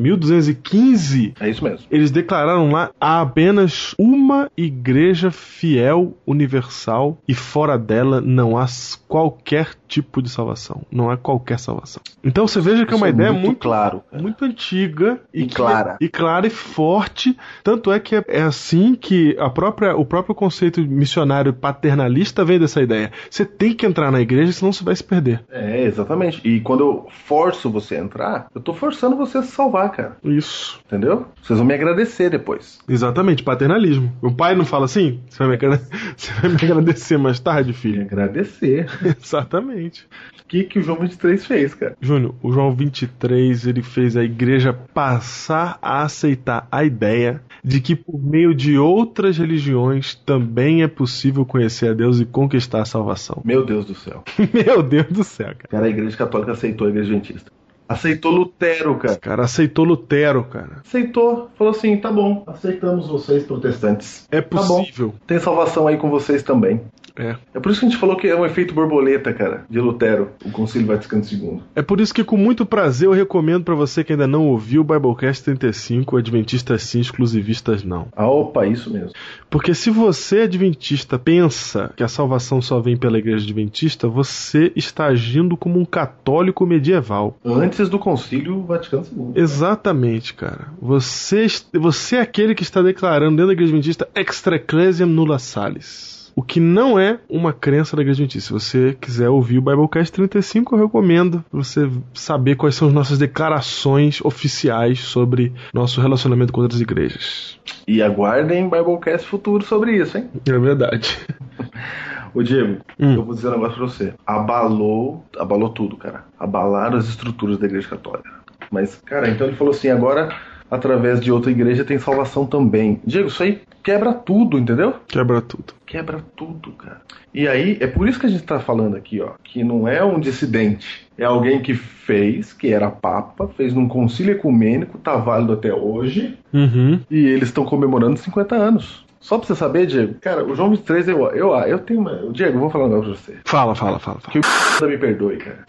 1215, É isso mesmo. eles declararam lá há apenas uma igreja fiel, universal, e fora dela não há s- qualquer tipo de salvação. Não há qualquer salvação. Então você veja que é uma Isso ideia muito, muito claro. cara. É. muito antiga E que- clara. e clara e forte tanto é que é, é assim que a própria o próprio conceito missionário paternalista vem dessa ideia você tem que entrar na igreja senão você vai se perder É, exatamente. E quando eu forço você a entrar, eu tô forçando você a se salvar, cara. isso Entendeu? Vocês vão me agradecer depois. exatamente paternalismo o pai não fala assim você vai me, <laughs> agrade- você vai me agradecer mais tarde Me filho agradecer. <laughs> exatamente O que, que o João 23 fez, cara? Júnior, o João 23 ele fez a igreja passar a aceitar a ideia de que por meio de outras religiões também é possível conhecer a Deus e conquistar a salvação. <laughs> Meu Deus do céu. Meu Deus do céu, cara. Cara, a igreja católica aceitou a igreja adventista. Aceitou Lutero, cara. O cara aceitou Lutero, cara. Aceitou. Falou assim, tá bom, aceitamos vocês protestantes. É Tá bom. possível. Tem salvação aí com vocês também. É. É por isso que a gente falou que é um efeito borboleta, cara, de Lutero, o Concílio Vaticano II. É por isso que com muito prazer eu recomendo pra você que ainda não ouviu o Biblecast 35, Adventistas sim, exclusivistas não. Ah, opa, isso mesmo. Porque se você adventista pensa que a salvação só vem pela igreja adventista, você está agindo como um católico medieval. Antes do Concílio Vaticano II. Exatamente, cara. Você, você é aquele que está declarando dentro da igreja adventista extra ecclesiam nulla salis. O que não é uma crença da igreja adventista. Se você quiser ouvir o Biblecast 35, eu recomendo você saber quais são as nossas declarações oficiais sobre nosso relacionamento com outras igrejas. E aguardem Biblecast futuro sobre isso, hein? É verdade. <laughs> Ô Diego, Hum. eu vou dizer um negócio pra você. Abalou, abalou tudo, cara. Abalaram as estruturas da igreja católica. Mas, cara, então ele falou assim, agora através de outra igreja tem salvação também. Diego, isso aí quebra tudo, entendeu? Quebra tudo. Quebra tudo, cara. E aí, é por isso que a gente tá falando aqui, ó, que não é um dissidente. É alguém que fez, que era papa, fez num concílio ecumênico, tá válido até hoje. Uhum. E eles estão comemorando 50 anos. Só pra você saber, Diego, cara, o João 23, eu, eu, eu tenho uma. Diego, eu vou falar um negócio pra você. Fala, fala, fala, <laughs> fala. Nada me perdoe, cara.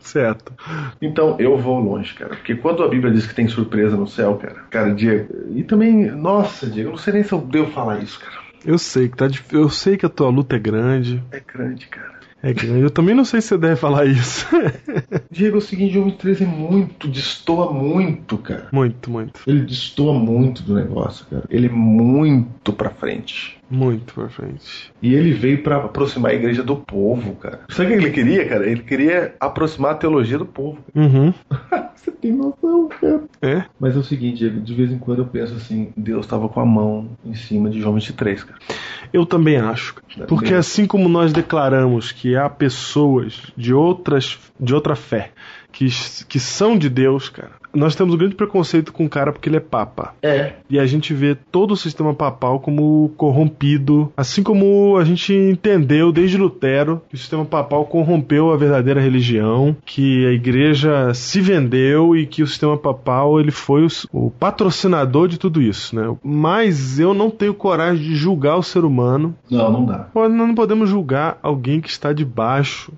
Certo. Então, eu vou longe, cara. Porque quando a Bíblia diz que tem surpresa no céu, cara. Cara, Diego. E também. Nossa, Diego, eu não sei nem se eu devo falar isso, cara. Eu sei que tá dif- Eu sei que a tua luta é grande. É grande, cara. É grande. Eu também não sei se você deve falar <laughs> isso. Diego, é o seguinte, João 23 é muito. Destoa muito, cara. muito, muito. Ele destoa muito do negócio, cara. Ele é muito pra frente. Muito pra frente. E ele veio pra aproximar a igreja do povo, cara. Sabe o que ele queria, cara? Ele queria aproximar a teologia do povo. Uhum. Você tem noção, cara. É? Mas é o seguinte, Diego, de vez em quando eu penso assim, Deus tava com a mão em cima de João 23, cara. Eu também acho. Porque assim como nós declaramos que há pessoas de outras de outra fé que, que são de Deus, cara. Nós temos um grande preconceito com o cara porque ele é papa. É. E a gente vê todo o sistema papal como corrompido, assim como a gente entendeu desde Lutero que o sistema papal corrompeu a verdadeira religião, que a igreja se vendeu e que o sistema papal ele foi o, o patrocinador de tudo isso, né? Mas eu não tenho coragem de julgar o ser humano. Não, não dá. Pô, Nós não podemos julgar alguém que está debaixo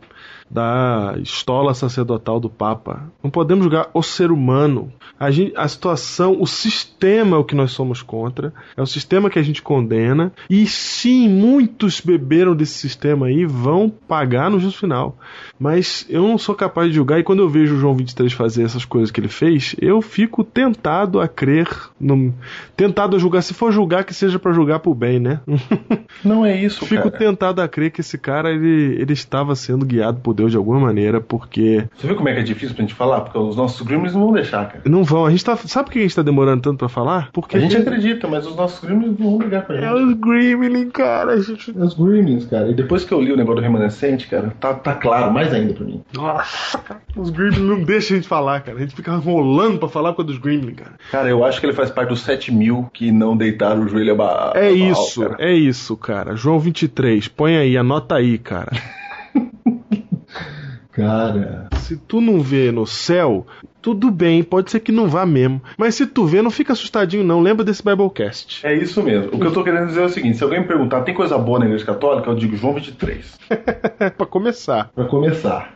da estola sacerdotal do Papa. Não podemos julgar o ser humano. A, gente, a situação, o sistema é o que nós somos contra, é o sistema que a gente condena. E sim, muitos beberam desse sistema aí vão pagar no justo final. Mas eu não sou capaz de julgar, e quando eu vejo o João 23 fazer essas coisas que ele fez, eu fico tentado a crer, no, tentado a julgar. Se for julgar, que seja para julgar pro bem, né? <laughs> Não é isso, Fico cara. tentado a crer que esse cara ele, ele estava sendo guiado por Deus de alguma maneira, porque Você viu como é que é difícil pra gente falar? Porque os nossos gremlins não vão deixar, cara. não vão. A gente tá, sabe por que a gente tá demorando tanto pra falar? Porque A gente acredita, mas os nossos gremlins não vão brigar com a gente. é o Gremlin, cara. A gente... É Os Gremlins, cara. E depois que eu li o negócio do Remanescente, cara, tá, tá claro mais ainda pra mim. Nossa, cara, os Gremlin não deixam a gente falar, cara. A gente fica rolando pra falar com a dos Gremlin, cara. Cara, eu acho que ele faz parte dos 7 mil que não deitaram o joelho aba- É abaixo. isso, Tá cara. é isso, cara. João 23, põe aí, anota aí, cara. Cara. Se tu não vê no céu, tudo bem, pode ser que não vá mesmo. Mas se tu vê, não fica assustadinho, não. Lembra desse Biblecast. <laughs> É isso mesmo. O que eu tô querendo dizer é o seguinte: se alguém me perguntar, tem coisa boa na Igreja Católica? Eu digo João 23. É pra começar. Pra <laughs> começar.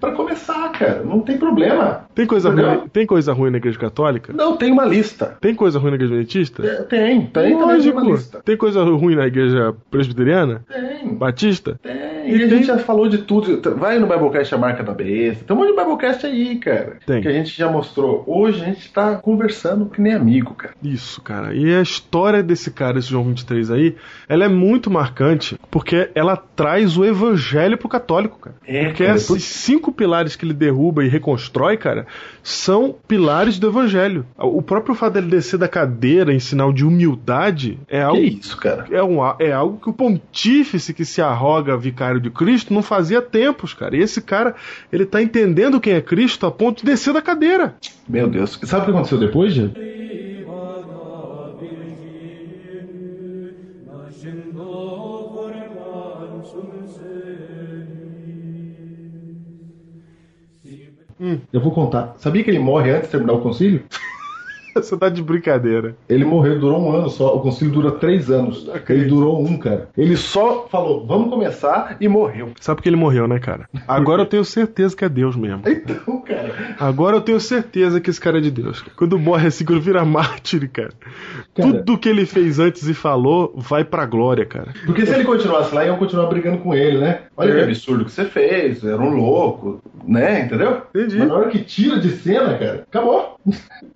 pra começar, cara. Não tem problema. Tem coisa, Entendeu? ruim, tem coisa ruim na igreja católica? Não, tem uma lista. Tem coisa ruim na igreja adventista? É, Tem, tem também tem uma lista. Tem coisa ruim na igreja presbiteriana? Tem. Batista? Tem, e a gente já falou de tudo. Vai no Biblecast a marca da besta. Tem um monte de Biblecast aí, cara. Tem. Que a gente já mostrou. Hoje a gente tá conversando que nem amigo, cara. Isso, cara. E a história desse cara, esse João 23 aí, ela é muito marcante porque ela traz o evangelho pro católico, cara. É, Porque cara, esses cinco pilares que ele derruba e reconstrói, cara, são pilares do evangelho. O próprio fato dele descer da cadeira em sinal de humildade é Que algo isso, cara? é, um, é algo que o pontífice que se arroga vicário de Cristo não fazia tempos, cara. E esse cara, ele tá entendendo quem é Cristo a ponto de descer da cadeira. <laughs> Meu Deus. Sabe o que aconteceu depois, Diego? Eu vou contar. Sabia que ele morre antes de terminar o concílio? Você tá de brincadeira. Ele morreu, durou um ano só. O concílio dura três anos. Ele durou um, cara. Ele só falou, vamos começar, e morreu. <laughs> Sabe porque ele morreu, né, cara? Agora eu tenho certeza que é Deus mesmo. Então, cara. Agora eu tenho certeza que esse cara é de Deus. Quando morre assim, quando vira <laughs> mártir, cara, Cara. tudo que ele fez antes e falou vai pra glória, cara. Porque se ele continuasse lá, iam continuar brigando com ele, né? Olha que absurdo que você fez, era um louco, né? Entendeu? Entendi. Mas na hora que tira de cena, cara, acabou.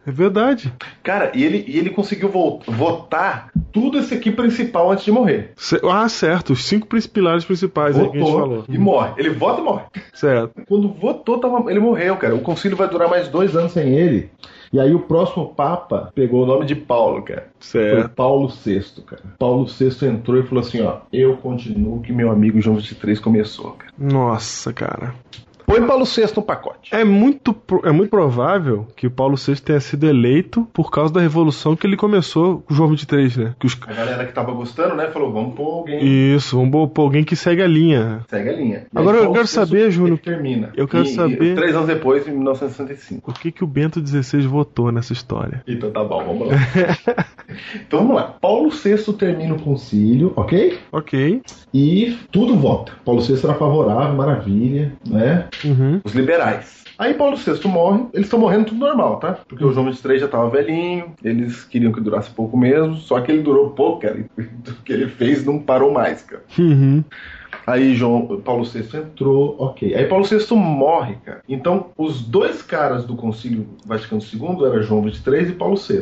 É verdade. Cara, e ele, e ele conseguiu vo- votar tudo esse aqui principal antes de morrer. Ce- Ah, certo. Os cinco prin- pilares principais aí que a gente Votou falou. e morre. Ele vota e morre. Certo. Quando votou, tava- ele morreu, cara. O concílio vai durar mais dois anos sem ele. E aí o próximo Papa pegou o nome de Paulo, cara. Foi Certo. Paulo VI, cara. Paulo VI entrou e falou assim, ó, eu continuo que meu amigo João 23 começou, cara. Nossa, cara. Põe Paulo VI no pacote. É muito, pro- é muito provável que o Paulo VI tenha sido eleito por causa da revolução que ele começou com o João 23, né? Que os... A galera que tava gostando, né, falou, vamos pôr alguém. Isso, vamos bo- pôr alguém que segue a linha. Segue a linha. E Agora aí eu Paulo quero VI saber, Júnior, Termina. eu quero E- e saber- três anos depois, em 1965. O que que o Bento XVI votou nessa história? Então tá <laughs> bom, vamos lá. então vamos lá. Paulo VI termina o concílio, ok? Ok. E tudo vota. Paulo VI era favorável, maravilha, né? Uhum. os liberais. Aí Paulo VI morre, eles estão morrendo tudo normal, tá? Porque o João 23 já tava velhinho, eles queriam que durasse pouco mesmo, só que ele durou pouco, cara. e <laughs> O que ele fez não parou mais, cara. Uhum. <laughs> Aí João Paulo VI entrou, ok. Aí Paulo VI morre, cara. Então, os dois caras do Concílio Vaticano II era João 23 e Paulo VI.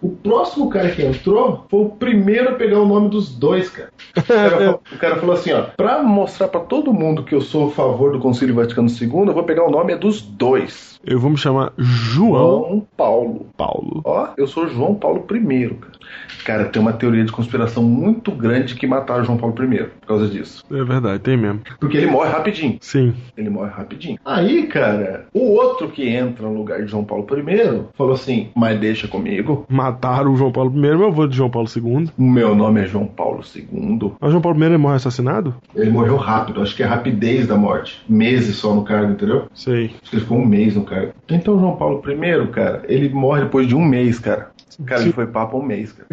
O próximo cara que entrou foi o primeiro a pegar o nome dos dois, cara. O É, cara, falou- o cara falou assim, ó, pra mostrar pra todo mundo que eu sou a favor do Concílio Vaticano II, eu vou pegar o nome é dos dois. Eu vou me chamar João João Paulo. Paulo. Ó, eu sou João Paulo I, cara. Cara, tem uma teoria de conspiração muito grande que mataram João Paulo I por causa disso. É verdade, tem mesmo. Porque ele morre rapidinho. Sim. Ele morre rapidinho. Aí, cara, o outro que entra no lugar de João Paulo I falou assim: Mas deixa comigo. Mataram o João Paulo I, eu vou de João Paulo II. O meu nome é João Paulo II. Mas João Paulo I é morre assassinado? Ele morreu rápido, acho que é a rapidez da morte. Meses só no cargo, entendeu? Sei. Acho que ele ficou um mês no cargo. Então, João Paulo I, cara, ele morre depois de um mês, cara. Cara, ele foi papa um mês, cara.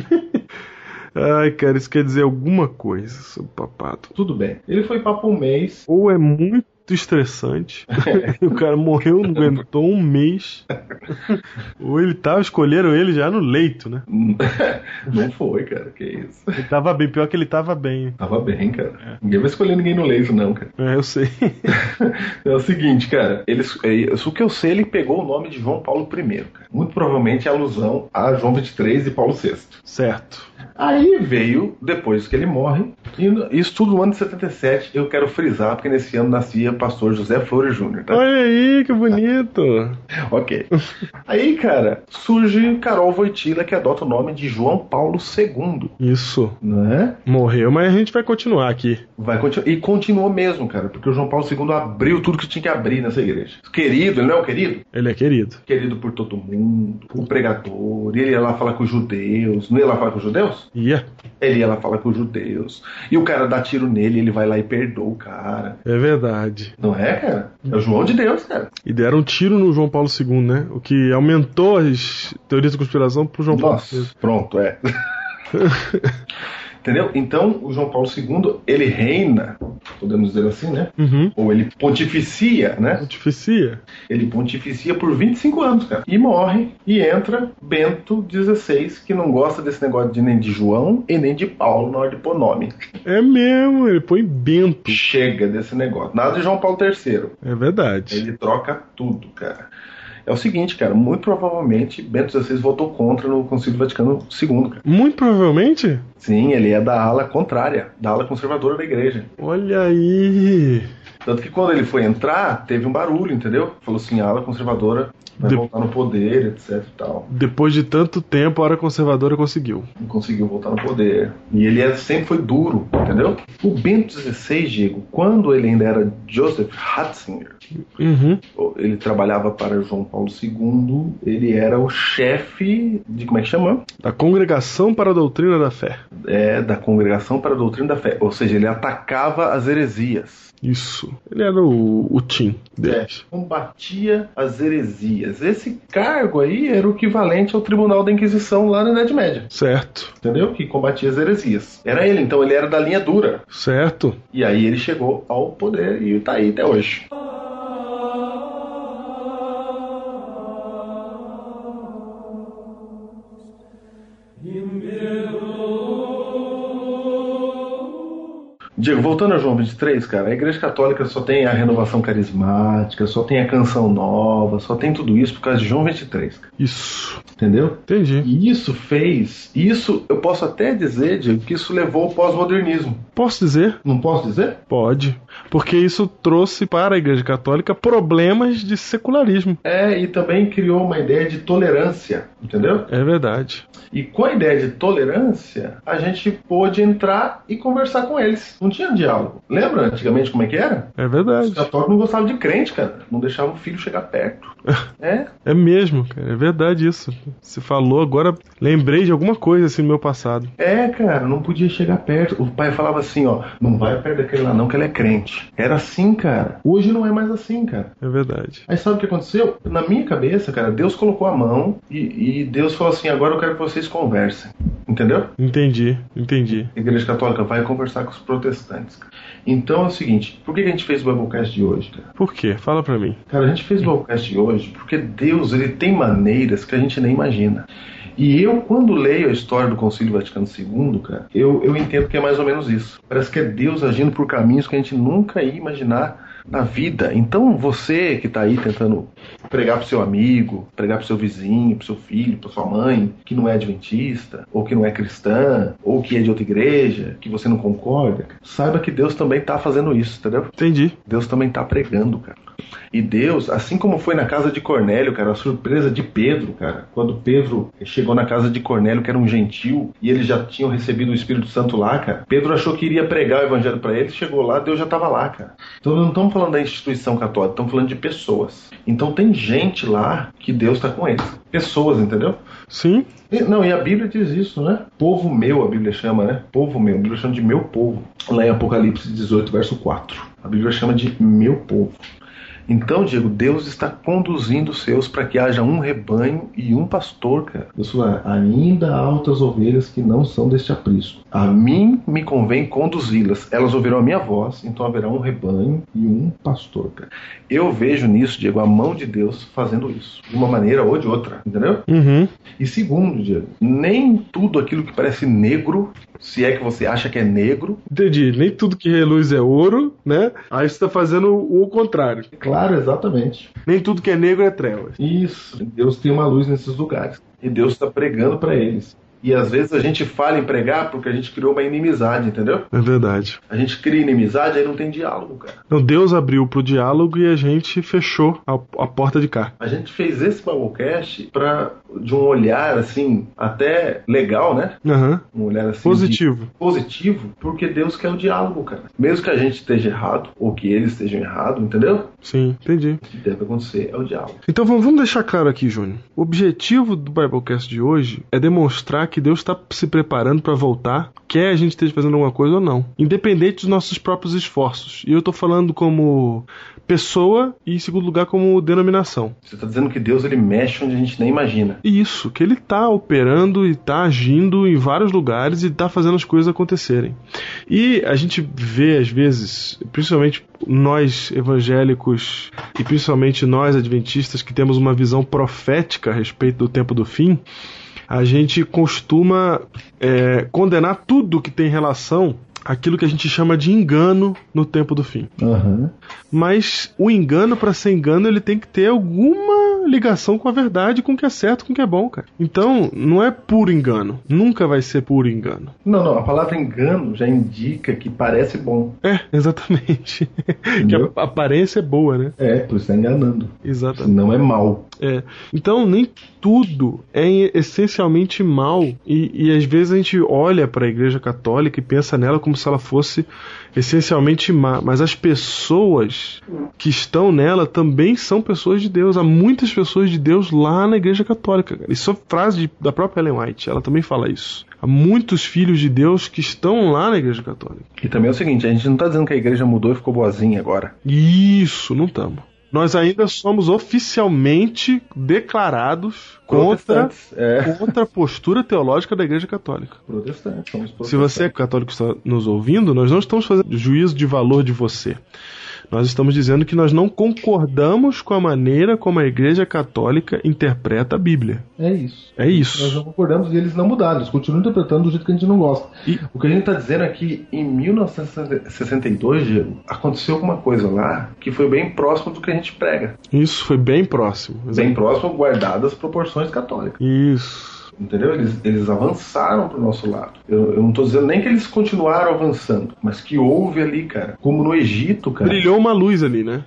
Ai, cara, isso quer dizer alguma coisa sobre o papado. Tudo bem. Ele foi papa um mês, <laughs> Ou é muito estressante, <laughs> o cara morreu, não aguentou um mês. Ou ele tava, escolheram ele já no leito, né? Não foi, cara, que isso. Ele tava bem, pior que ele tava bem. Tava bem, cara. Ninguém vai escolher ninguém no leito, não, cara. É, eu sei. <laughs> É o seguinte, cara, eles, é, isso que eu sei, ele pegou o nome de João Paulo I, cara. Muito provavelmente é alusão a João 23 e Paulo VI. Certo. Aí veio, depois que ele morre, e no- isso tudo no ano de 77, eu quero frisar, porque nesse ano nascia pastor José Flores Júnior, tá? Olha aí, que bonito. Ok. Aí, cara, surge Carol Voitila, que adota o nome de João Paulo II, Isso. né? Morreu, mas a gente vai continuar aqui. Vai continuar. E continuou mesmo, cara, porque o João Paulo II abriu tudo que tinha que abrir nessa igreja. Querido, ele não é o querido? Ele é querido. Querido por todo mundo, o pregador, ele ia lá falar com os judeus. Não ia lá falar com os judeus? Ia. Ele ia lá falar com os judeus. E o cara dá tiro nele, ele vai lá e perdoa o cara. É verdade. Não é, cara? É o João de Deus, cara. E deram um tiro no João Paulo II, né? O que aumentou as teorias da conspiração pro João Paulo II. Nossa, pronto, é. Entendeu? Então, o João Paulo II, ele reina, podemos dizer assim, né? Uhum. Ou ele pontificia, né? Artificia. Ele pontificia por 25 anos, cara. E morre e entra Bento XVI, que não gosta desse negócio de nem de João e nem de Paulo na hora de pôr nome. É mesmo, ele põe Bento. Chega desse negócio. Nada de João Paulo III. É verdade. Ele troca tudo, cara. É o seguinte, cara, muito provavelmente Bento XVI votou contra no Concílio Vaticano II, cara. Muito provavelmente. Sim, ele é da ala contrária, da ala conservadora da igreja. Olha aí. Tanto que quando ele foi entrar, teve um barulho, entendeu? Falou assim, a ala conservadora vai De- voltar no poder, etc e tal. Depois de tanto tempo, a hora conservadora conseguiu. não conseguiu voltar no poder. E ele é- sempre foi duro, entendeu? O Bento XVI, Diego, quando ele ainda era Joseph Ratzinger, Uhum. ele trabalhava para João Paulo II, ele era o chefe de, como é que chama? Da Congregação para a Doutrina da Fé. É, da Congregação para a Doutrina da Fé. Ou seja, ele atacava as heresias. Isso. Ele era o, o Tim É. deles. Combatia as heresias. Esse cargo aí era o equivalente ao Tribunal da Inquisição lá na Idade Média, Certo. entendeu? Que combatia as heresias. Era ele, então ele era da linha dura. Certo. E aí ele chegou ao poder e tá aí até hoje. Diego, voltando a João 23, cara, a Igreja Católica só tem a renovação carismática, só tem a canção nova, só tem tudo isso por causa de João 23, cara. Isso. entendeu? Entendi. E isso fez, isso eu posso até dizer, Diego, que isso levou ao pós-modernismo. Posso dizer? Não posso dizer? Pode. Porque isso trouxe para a Igreja Católica problemas de secularismo. É, e também criou uma ideia de tolerância, entendeu? É verdade. E com a ideia de tolerância, a gente pôde entrar e conversar com eles. Não tinha diálogo. Lembra antigamente como é que era? É Os verdade. católicos não gostavam de crente, cara. Não deixavam o filho chegar perto. É, É mesmo, cara. É verdade isso. Você falou agora. Lembrei de alguma coisa assim no meu passado. é, cara, não podia chegar perto. O pai falava assim, ó, não vai perto daquele lá não, que ele é crente. Era assim, cara. Hoje não é mais assim, cara. É verdade. Aí sabe o que aconteceu? Na minha cabeça, cara, Deus colocou a mão e, e Deus falou assim: agora eu quero que vocês conversem. Entendeu? Entendi, entendi. A Igreja Católica vai conversar com os protestantes. cara. Então é o seguinte: por que que a gente fez o Biblecast de hoje, cara? Por quê? Fala pra mim. Cara, a gente fez o Biblecast de hoje porque Deus ele tem maneiras que a gente nem imagina. E eu, quando leio a história do Concílio Vaticano II, cara, eu, eu entendo que é mais ou menos isso. Parece que é Deus agindo por caminhos que a gente nunca ia imaginar na vida. Então você que tá aí tentando pregar pro seu amigo, pregar pro seu vizinho, pro seu filho, pra sua mãe, que não é adventista, ou que não é cristã, ou que é de outra igreja, que você não concorda, saiba que Deus também tá fazendo isso, entendeu? Entendi. Deus também tá pregando, cara. E Deus, assim como foi na casa de Cornélio, cara, a surpresa de Pedro, cara, quando Pedro chegou na casa de Cornélio, que era um gentil, e eles já tinham recebido o Espírito Santo lá, cara. Pedro achou que iria pregar o evangelho pra eles, chegou lá, Deus já tava lá, cara. Então não estamos falando da instituição católica, estamos falando de pessoas. Então tem gente lá que Deus tá com eles. Pessoas, entendeu? Sim. E- Não, e a Bíblia diz isso, né? Povo meu, a Bíblia chama, né? Povo meu, a Bíblia chama de meu povo. Lá em Apocalipse 18, verso 4. A Bíblia chama de meu povo. Então, Diego, Deus está conduzindo os seus para que haja um rebanho e um pastor, cara. Deus fala, ainda há outras ovelhas que não são deste aprisco. A mim me convém conduzi-las. Elas ouvirão a minha voz, então haverá um rebanho e um pastor, cara. Eu vejo nisso, Diego, a mão de Deus fazendo isso. De uma maneira ou de outra, entendeu? Uhum. E segundo, Diego, nem tudo aquilo que parece negro, se é que você acha que é negro, Entendi. Nem tudo que reluz é ouro, né? Aí você tá fazendo o contrário. é claro, exatamente. Nem tudo que é negro é trevas. Isso, Deus tem uma luz nesses lugares. E Deus está pregando para eles. E às vezes a gente fala em pregar porque a gente criou uma inimizade, entendeu? É verdade. A gente cria inimizade aí não tem diálogo, cara. Então Deus abriu pro diálogo e a gente fechou a, a porta de cá. A gente fez esse Biblecast pra, de um olhar assim, até legal, né? Aham. Um olhar assim. de- Positivo. positivo, porque Deus quer o diálogo, cara. Mesmo que a gente esteja errado, ou que eles estejam errados, entendeu? Sim, entendi. O que deve acontecer é o diálogo. Então vamos vamos deixar claro aqui, Júnior. O objetivo do Biblecast de hoje é demonstrar que Deus está se preparando para voltar, quer a gente esteja fazendo alguma coisa ou não, independente dos nossos próprios esforços. E eu tô falando como pessoa e, em segundo lugar, como denominação. Você tá dizendo que Deus ele mexe onde a gente nem imagina. E isso, que ele tá operando e tá agindo em vários lugares e tá fazendo as coisas acontecerem. E a gente vê, às vezes, principalmente nós evangélicos e principalmente nós adventistas que temos uma visão profética a respeito do tempo do fim, a gente costuma é, condenar tudo que tem relação àquilo que a gente chama de engano no tempo do fim. Mas o engano, para ser engano, ele tem que ter alguma ligação com a verdade, com o que é certo, com o que é bom, cara. Então, não é puro engano. Nunca vai ser puro engano. Não, não, a palavra engano já indica que parece bom. É, <laughs> exatamente. que Entendeu? a aparência é boa, né? É, por isso tá enganando. Exatamente. Não é mal. É. Então, nem tudo é essencialmente mal. E, e às vezes a gente olha para a Igreja Católica e pensa nela como se ela fosse essencialmente má. Mas as pessoas que estão nela também são pessoas de Deus. Há muitas pessoas de Deus lá na Igreja Católica. cara. Isso é frase de- da própria Ellen White. Ela também fala isso. Há muitos filhos de Deus que estão lá na Igreja Católica. E também é o seguinte, a gente não tá dizendo que a igreja mudou e ficou boazinha agora. Isso, não estamos. Nós ainda somos oficialmente declarados contra Protestantes, É, contra a postura teológica da Igreja Católica. protestantes. somos Se você é católico e está nos ouvindo, nós não estamos fazendo juízo de valor de você. Nós estamos dizendo que nós não concordamos com a maneira como a Igreja Católica interpreta a Bíblia. protestantes. É isso. É Nós isso. não concordamos e eles não mudaram, eles continuam interpretando do jeito que a gente não gosta. E- O que a gente está dizendo é que em 1962, Diego, aconteceu alguma coisa lá que foi bem próximo do que a gente prega. Isso foi bem próximo. Uhum. Bem próximo, guardadas as proporções católicas. Isso. Entendeu? Eles, eles avançaram pro nosso lado. Eu, eu não tô dizendo nem que eles continuaram avançando, mas que houve ali, cara. Como no Egito, cara. Brilhou uma luz ali, né?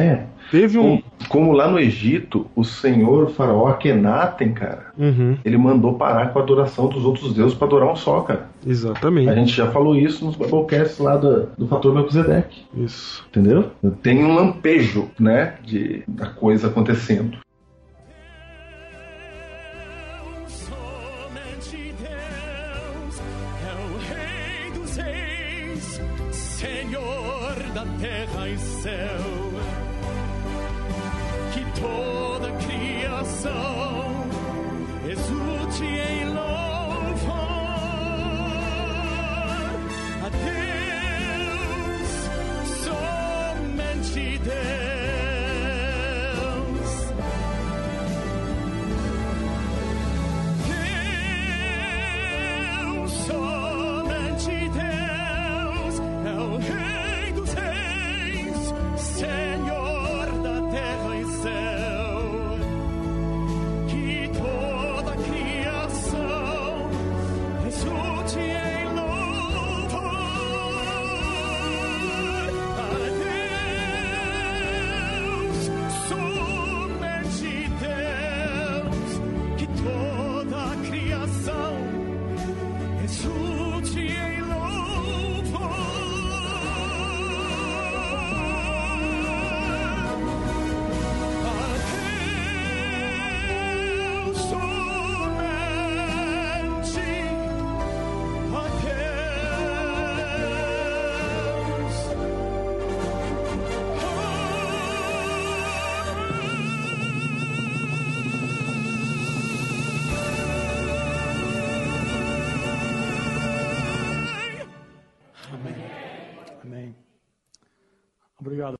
É. Teve um. Como, como lá no Egito, o senhor faraó Akhenaten, cara, Uhum, ele mandou parar com a adoração dos outros deuses para adorar um só, cara. A exatamente. gente já falou isso nos podcasts lá do, do Fator Melquisedeque, Isso. entendeu? Tem um lampejo, né, de, da coisa acontecendo. somente Deus é o Rei dos Reis, Senhor da terra e céu. Que toda criação exulte em louvor a Deus, somente Deus. Deus, somente Deus é o Rei dos Reis, Obrigado.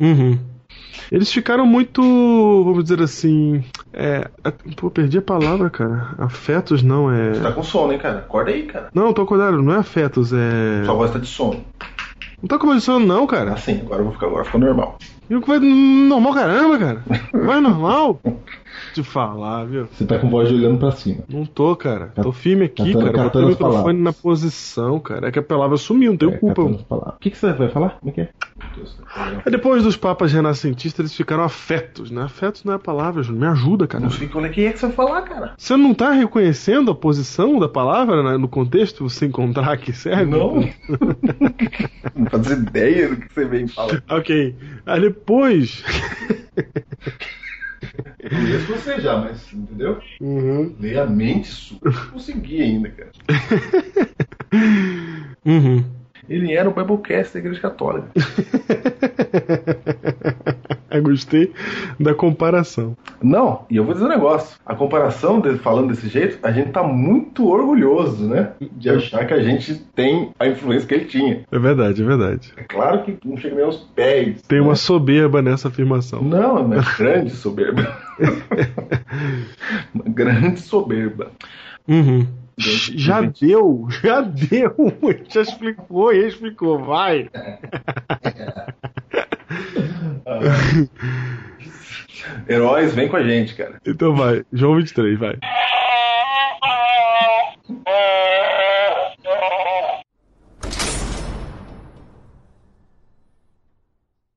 Uhum. Eles ficaram muito, vamos dizer assim. É, a- pô, perdi a palavra, cara. Afetos não Você é. tá com sono, hein, cara? Acorda aí, cara. Não, tô acordado, não é afetos, é. Sua voz tá de sono. Não tá conversando, não, cara. Assim, agora eu vou ficar, agora ficou normal. E o que vai normal, caramba, cara. Vai normal? Te falar, viu? Você tá com voz de olhando pra cima. Não tô, cara. Tô firme aqui, Catando- cara. Botei catando o as microfone palavras. na posição, cara. É que a palavra sumiu, não tenho tá É, culpa. catando as palavras. O que, que você vai falar? Como é que é? Aí Depois dos papas renascentistas, eles ficaram afetos, né? Afetos não é a palavra, Júnior. Me ajuda, cara. Não sei como é que é que você vai falar, cara. Você não tá reconhecendo a posição da palavra né, no contexto sem encontrar que serve? <laughs> Não. não faz ideia do que você vem falar. Ok. Aí depois. Conheço você já, mas entendeu? Uhum. Ler a mente sua. Não consegui ainda, cara. Uhum. Ele era o Biblecast da Igreja Católica. Eu <laughs> gostei da comparação. Não, e eu vou dizer um negócio. A comparação dele falando desse jeito, a gente tá muito orgulhoso, né? De achar que a gente tem a influência que ele tinha. É verdade, é verdade. É claro que não chega nem aos pés. Tem né? uma soberba nessa afirmação. Não, é uma grande soberba. uma grande soberba. Uhum. Já deu, já deu. <laughs> Já explicou, já explicou. Vai. Heróis, vem com a gente, cara. Então vai. João 23, vai.